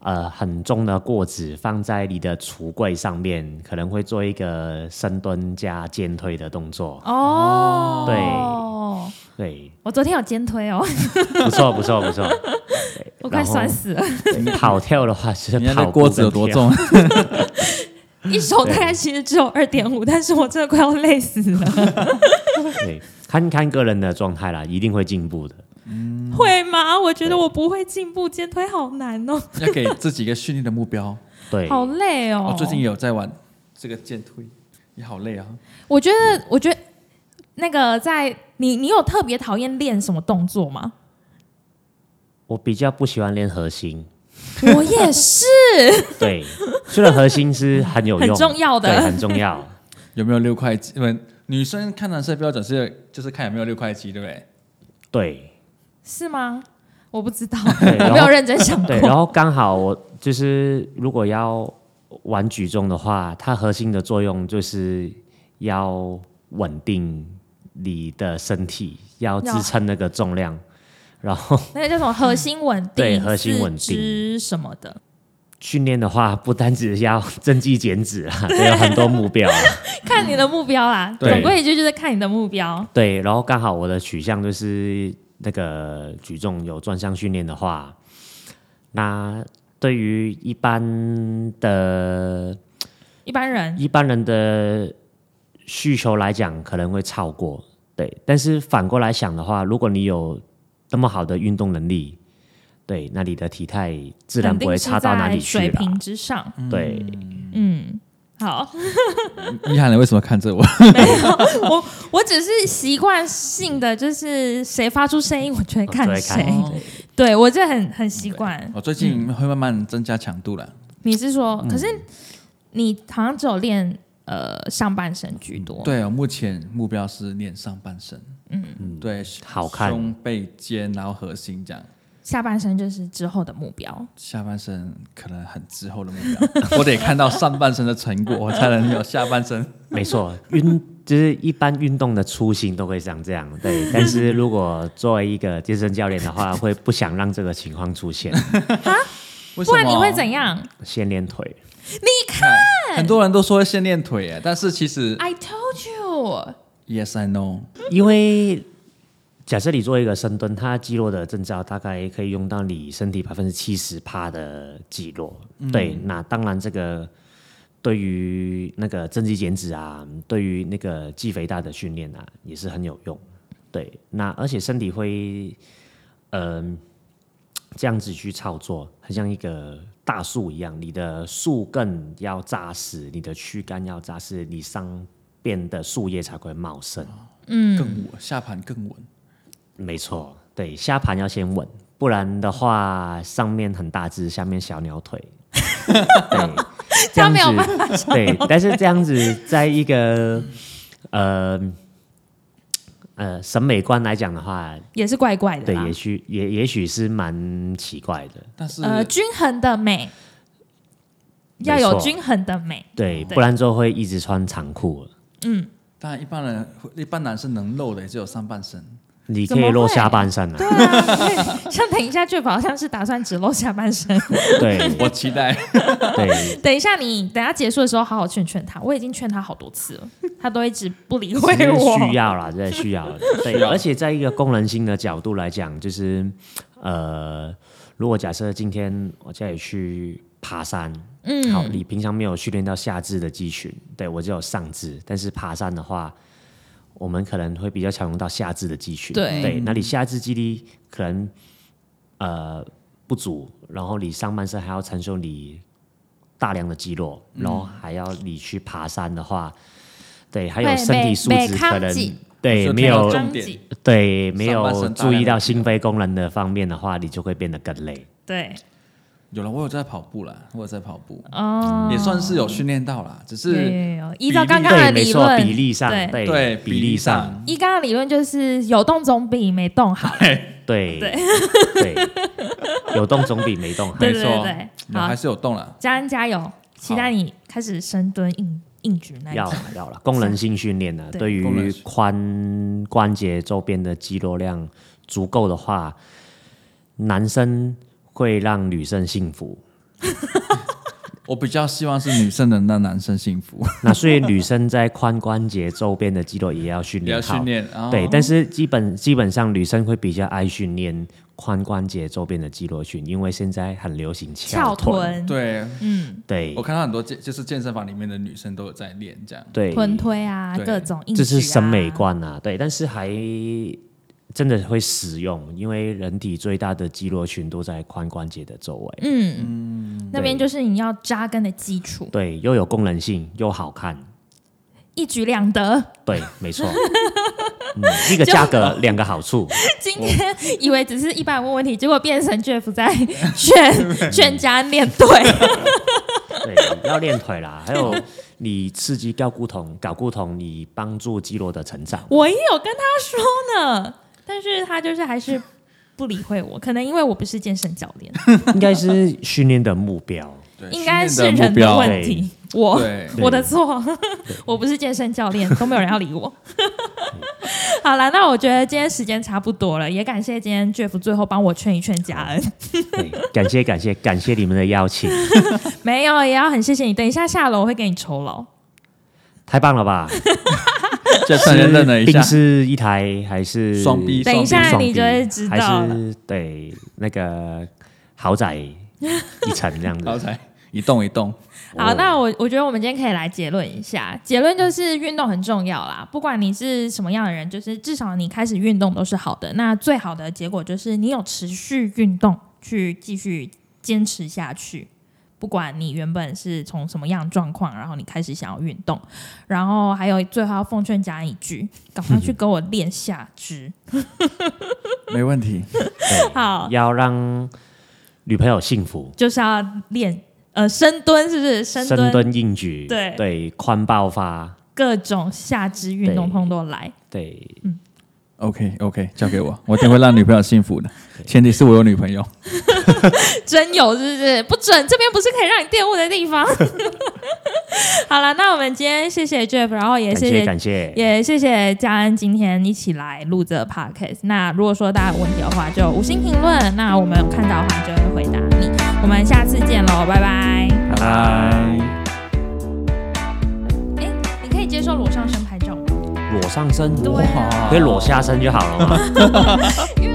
[SPEAKER 4] 呃很重的锅子放在你的橱柜上面，可能会做一个深蹲加肩推的动作，
[SPEAKER 2] 哦，
[SPEAKER 4] 对对，
[SPEAKER 2] 我昨天有肩推哦，
[SPEAKER 4] 不错不错不错，对
[SPEAKER 2] *laughs* 我快
[SPEAKER 4] 然后
[SPEAKER 2] 酸死了，
[SPEAKER 4] 对跑跳的
[SPEAKER 3] *laughs*
[SPEAKER 4] 话是
[SPEAKER 3] 人家的
[SPEAKER 4] 跑步
[SPEAKER 3] 锅子有
[SPEAKER 4] 跟
[SPEAKER 3] 多
[SPEAKER 4] 跳
[SPEAKER 3] 重？ *laughs*
[SPEAKER 2] 一手大概其实只有二点五，但是我真的快要累死了，
[SPEAKER 4] 对，看看个人的状态啦，一定会进步的。嗯
[SPEAKER 2] 会吗？我觉得我不会进步，肩推好难哦，
[SPEAKER 3] 要给自己一个训练的目标。
[SPEAKER 4] 对，
[SPEAKER 2] 好累哦。
[SPEAKER 3] 我最近也有在玩这个剑推，也好累啊。
[SPEAKER 2] 我觉得，我觉得那个在你，你有特别讨厌练什么动作
[SPEAKER 4] *laughs*
[SPEAKER 2] 吗？
[SPEAKER 4] 我比较不喜欢练核心，
[SPEAKER 2] 我也
[SPEAKER 4] *laughs*
[SPEAKER 2] 是，
[SPEAKER 4] 对，虽然核心是很有
[SPEAKER 2] 很
[SPEAKER 4] 用、
[SPEAKER 2] 重要的
[SPEAKER 4] 对，很重要。
[SPEAKER 3] 有没有六块肌？问女生看男生的标准是就是看有没有六块肌，对不对？
[SPEAKER 4] 对
[SPEAKER 2] 是吗？我不知道，
[SPEAKER 4] 对然
[SPEAKER 2] 我
[SPEAKER 4] 后
[SPEAKER 2] 没有认真想 *laughs*
[SPEAKER 4] 对，然
[SPEAKER 2] 过。
[SPEAKER 4] 后刚好我就是如果要玩举重的话，它核心的作用就是要稳定你的身体，要支撑那个重量，然后
[SPEAKER 2] 那个叫什么核心稳定，
[SPEAKER 4] 对核心
[SPEAKER 2] 四
[SPEAKER 4] 稳定
[SPEAKER 2] 肢什么的，
[SPEAKER 4] 训练的话，不单只是要增肌减脂啊，对，有很多目标啊。
[SPEAKER 2] 看你的目标啦。
[SPEAKER 4] 对
[SPEAKER 2] 总归一句就是看你的目标。
[SPEAKER 4] 对，然后刚好我的取向就是那个举重有专项训练的话，那对于一般的呃
[SPEAKER 2] 一般人
[SPEAKER 4] 一般人的需求来讲，可能会超过。对，但是反过来想的话，如果你有那么好的运动能力，对，那你的体态自然
[SPEAKER 2] 肯
[SPEAKER 4] 不
[SPEAKER 2] 定
[SPEAKER 4] 会
[SPEAKER 2] 是
[SPEAKER 4] 差到哪里
[SPEAKER 2] 在
[SPEAKER 4] 去
[SPEAKER 2] 水
[SPEAKER 4] 了。
[SPEAKER 2] 平之上。
[SPEAKER 4] 对，
[SPEAKER 2] 嗯，好，
[SPEAKER 3] 一涵，你为什么看着我？
[SPEAKER 2] 我我只是习惯性的就是谁发出声音，我就会看
[SPEAKER 4] 就会看哦
[SPEAKER 2] 谁。哎对我这很很习惯。
[SPEAKER 3] 我哦最近会慢慢增加强度了。
[SPEAKER 2] 你是
[SPEAKER 4] 嗯
[SPEAKER 2] 说，可是你好像只有练呃上半身居
[SPEAKER 4] 嗯
[SPEAKER 2] 多，
[SPEAKER 3] 对，我哦目前目标是练上半身，嗯，对，
[SPEAKER 4] 好看
[SPEAKER 3] 胸背肩，然后核心这样。
[SPEAKER 2] 下半身就是之后的目标。
[SPEAKER 3] 下半身可能很滞后的目标， *laughs* 我得看到上半身的成果，我才能有下半身。
[SPEAKER 4] 没错，运就是一般运动的初心都会像这样，对。但是如果作为一个健身教练的话，会不想让这个情况出现， *laughs*
[SPEAKER 3] 为什
[SPEAKER 2] 不
[SPEAKER 3] 么
[SPEAKER 2] 然你会怎样
[SPEAKER 4] 先练腿。
[SPEAKER 2] 哎
[SPEAKER 3] 看？很多人都说会先练腿，哎但是其
[SPEAKER 4] 嗯
[SPEAKER 3] 实
[SPEAKER 2] ？I told you，
[SPEAKER 3] yes I know，
[SPEAKER 4] 因为假设你做一个深蹲，它肌肉的征兆大概可以用到你身体百分之七十趴的肌肉。对，那当然这个对于那个增肌减脂啊，对于那个肌肥大的训练啊，也是很有用。对，那而且身体会，嗯、这样子去操作，很像一个大树一样，你的树根要扎实，你的躯干要扎实，你上边的树叶才会茂盛。
[SPEAKER 3] 嗯，更稳，下盘更稳。
[SPEAKER 4] 没错，对，下盘要先稳，不然的话，上面很大只，下面小
[SPEAKER 2] *laughs*
[SPEAKER 4] 鸟腿。对，这样
[SPEAKER 2] 没有办
[SPEAKER 4] 子对，但是这样子，在一个呃呃审美观来讲的话，
[SPEAKER 2] 也是怪怪的
[SPEAKER 4] 对，
[SPEAKER 2] 啦
[SPEAKER 4] 也。许也也许是蛮奇怪的，
[SPEAKER 3] 但是
[SPEAKER 2] 呃，均衡的美，
[SPEAKER 4] 没
[SPEAKER 2] 要有
[SPEAKER 4] 错
[SPEAKER 2] 均衡的美。
[SPEAKER 4] 对，不然就会一直穿长裤了。
[SPEAKER 3] 当然，一般人一般男生能露的也只有上
[SPEAKER 2] *laughs*
[SPEAKER 3] 半身，
[SPEAKER 4] 你
[SPEAKER 2] 怎
[SPEAKER 4] 可以
[SPEAKER 2] 么
[SPEAKER 4] 露
[SPEAKER 2] 会
[SPEAKER 4] 下半身啊，
[SPEAKER 2] *laughs* 像等一下，俊宝好像是打算只露下半身。 *laughs*
[SPEAKER 4] 对
[SPEAKER 3] 我期待。
[SPEAKER 4] 对，
[SPEAKER 2] 等一下你，等一下结束的时候好好劝劝他。我已经劝他好多次了，他都一直不理会
[SPEAKER 4] 只是
[SPEAKER 2] 我。
[SPEAKER 4] 需要啦，真的需 *laughs* 要。对，而且在一个功能性的角度来讲，就是呃，如果假设今天我叫你去爬山，嗯，好，你平常没有训练到下肢的肌群，对我只有上肢，但是爬山的话。我们可能会比较常用到下肢的肌群，
[SPEAKER 2] 对
[SPEAKER 4] 那你下肢肌力可能呃不足，然后你上半身还要承受你大量的肌肉，然后还要你去爬山的话，对，还有
[SPEAKER 2] 会
[SPEAKER 4] 身体素
[SPEAKER 2] 被
[SPEAKER 4] 质
[SPEAKER 2] 被
[SPEAKER 4] 可
[SPEAKER 2] 抗击
[SPEAKER 4] 能对
[SPEAKER 3] 所以
[SPEAKER 4] 哎没
[SPEAKER 3] 看到
[SPEAKER 4] 有
[SPEAKER 3] 重
[SPEAKER 2] 张
[SPEAKER 3] 点
[SPEAKER 2] 继
[SPEAKER 4] 对没有
[SPEAKER 3] 身大
[SPEAKER 4] 注
[SPEAKER 3] 量
[SPEAKER 4] 意
[SPEAKER 3] 的
[SPEAKER 4] 到心肺功能的方面的话，你就会变得更累。
[SPEAKER 2] 对，
[SPEAKER 3] 有了，我有在跑步啦，我有在跑步，
[SPEAKER 2] 哦，
[SPEAKER 3] 也算是有训练到啦，只
[SPEAKER 2] 有
[SPEAKER 3] 是
[SPEAKER 2] 有有，依照刚刚的
[SPEAKER 4] 对，没
[SPEAKER 2] 理
[SPEAKER 4] 错，
[SPEAKER 2] 论，
[SPEAKER 4] 比例上
[SPEAKER 2] 对
[SPEAKER 4] 对
[SPEAKER 3] 对
[SPEAKER 4] 哎比例上
[SPEAKER 3] 上
[SPEAKER 2] 依刚刚的理论就是有动总比没动好。
[SPEAKER 3] *laughs*
[SPEAKER 4] 对
[SPEAKER 2] 对 *laughs*
[SPEAKER 4] 对，有动总比没动好。
[SPEAKER 2] 对
[SPEAKER 3] 没
[SPEAKER 2] 对
[SPEAKER 3] 错
[SPEAKER 2] 对，对好
[SPEAKER 3] 还，是有动啦。
[SPEAKER 2] 加恩加油！期待你开始深蹲硬硬举那一
[SPEAKER 4] 要
[SPEAKER 2] 种
[SPEAKER 4] 了。要了，功能性训练呢、
[SPEAKER 2] *laughs*
[SPEAKER 4] 啊
[SPEAKER 2] 对
[SPEAKER 4] 对
[SPEAKER 3] 功
[SPEAKER 4] 于
[SPEAKER 3] 能性
[SPEAKER 4] 髋关节周边的肌肉量足够的话，男生会让女生
[SPEAKER 2] *laughs*
[SPEAKER 4] 幸福。
[SPEAKER 3] 我比较希望是女生能让男生幸福，
[SPEAKER 4] 那所以女生在髋关节周边的肌肉也要训
[SPEAKER 3] 也要
[SPEAKER 4] 练好。
[SPEAKER 3] 训练啊。
[SPEAKER 4] 对，但是基本基本上女生会比较爱训练髋关节周边的肌肉群，因为现在很流行
[SPEAKER 2] 翘
[SPEAKER 4] 翘臀。
[SPEAKER 2] 臀，
[SPEAKER 3] 对，
[SPEAKER 2] 嗯
[SPEAKER 4] 对
[SPEAKER 3] 我看到很多健就是健身房里面的女生都有在练这样。
[SPEAKER 4] 对，
[SPEAKER 2] 臀推啊，
[SPEAKER 3] 对
[SPEAKER 2] 各种硬举、啊，
[SPEAKER 4] 这是审美。观啊，对，但是还真的会使用，因为人体最大的肌肉群都在髋关节的周围，
[SPEAKER 2] 嗯，那边就是你要扎根的基础，
[SPEAKER 4] 对，又有功能性又好看，
[SPEAKER 2] 一举两得。
[SPEAKER 4] 对，没错，嗯，一个价格两个好处，
[SPEAKER 2] 今天以为只是一百问问
[SPEAKER 3] *laughs*
[SPEAKER 2] 题，结果变成 Jeff 在劝劝家练对，
[SPEAKER 4] 对，要练腿啦，还有你刺激睾固酮，睾固酮你帮助肌肉的成长。
[SPEAKER 2] 我也有跟他说呢，但是他就是还是不理会我，可能因为我不是健身教
[SPEAKER 3] *laughs*
[SPEAKER 2] 练，
[SPEAKER 4] 应该是训练的目标。
[SPEAKER 3] 对
[SPEAKER 2] 应该
[SPEAKER 3] 训
[SPEAKER 2] 是
[SPEAKER 3] 练的
[SPEAKER 2] 人
[SPEAKER 3] 目标
[SPEAKER 2] 的问题，我
[SPEAKER 3] 对
[SPEAKER 2] *laughs* 我的错，我不是健身教练，都没有人要理我。 *laughs* 好了，那我觉得今天时间差不多了，也感谢今天 Jeff 最后帮我劝一劝佳恩，
[SPEAKER 4] 对，感谢感谢感谢你们的邀请，
[SPEAKER 2] 没有也要很谢谢你，等一下下楼我会给你酬劳。
[SPEAKER 4] 太棒了吧！
[SPEAKER 3] 这算认认了一
[SPEAKER 4] 冰
[SPEAKER 3] 下，
[SPEAKER 4] 是一台还是
[SPEAKER 3] 双逼
[SPEAKER 2] 等一下
[SPEAKER 4] 双逼
[SPEAKER 2] 你就会知道
[SPEAKER 4] 还
[SPEAKER 2] 了。
[SPEAKER 4] 是对那个豪宅一层这样
[SPEAKER 2] *laughs*
[SPEAKER 3] 好
[SPEAKER 4] 子。
[SPEAKER 3] 才一动一动，
[SPEAKER 2] 好，
[SPEAKER 4] 哦
[SPEAKER 2] 那我我觉得我们今天可以来结论一下，结论就是运动很重要啦，不管你是什么样的人，就是至少你开始运动都是好的。那最好的结果就是你有持续运动，去继续坚持下去。不管你原本是从什么样的状况，然后你开始想要运动，然后还有最后要奉劝家人一句，赶快去
[SPEAKER 4] 嗯
[SPEAKER 2] 给我练下肢。
[SPEAKER 3] 没问题。
[SPEAKER 4] 对
[SPEAKER 2] 好
[SPEAKER 4] 要让女朋友幸福，
[SPEAKER 2] 就是要练呃深蹲，是不是深
[SPEAKER 4] 深蹲硬举，
[SPEAKER 2] 对
[SPEAKER 4] 对，髋爆发，
[SPEAKER 2] 各种下肢运动
[SPEAKER 4] 对
[SPEAKER 2] 通都来。
[SPEAKER 4] 对，
[SPEAKER 3] OK OK，交给我，我一定会让女朋友幸福的，前提是我有女朋友。
[SPEAKER 2] 真有是不是？不准，这边不是可以让你玷污的地 *laughs* 方。好了，那我们今天谢谢 Jeff，然后也
[SPEAKER 4] 感
[SPEAKER 2] 谢
[SPEAKER 4] 谢
[SPEAKER 2] 谢
[SPEAKER 4] 感谢，
[SPEAKER 2] 也谢谢嘉恩今天一起来录这个 podcast。那如果说大家有问题的话，就五星评论，那我们有看到的话就会回答你。我们下次见喽，拜拜。
[SPEAKER 4] 拜拜。
[SPEAKER 2] 哎，你可以接受裸上身拍照吗？
[SPEAKER 4] 裸上身， *laughs*
[SPEAKER 2] 对啊
[SPEAKER 4] 可以裸下身就好了嘛。
[SPEAKER 2] 因为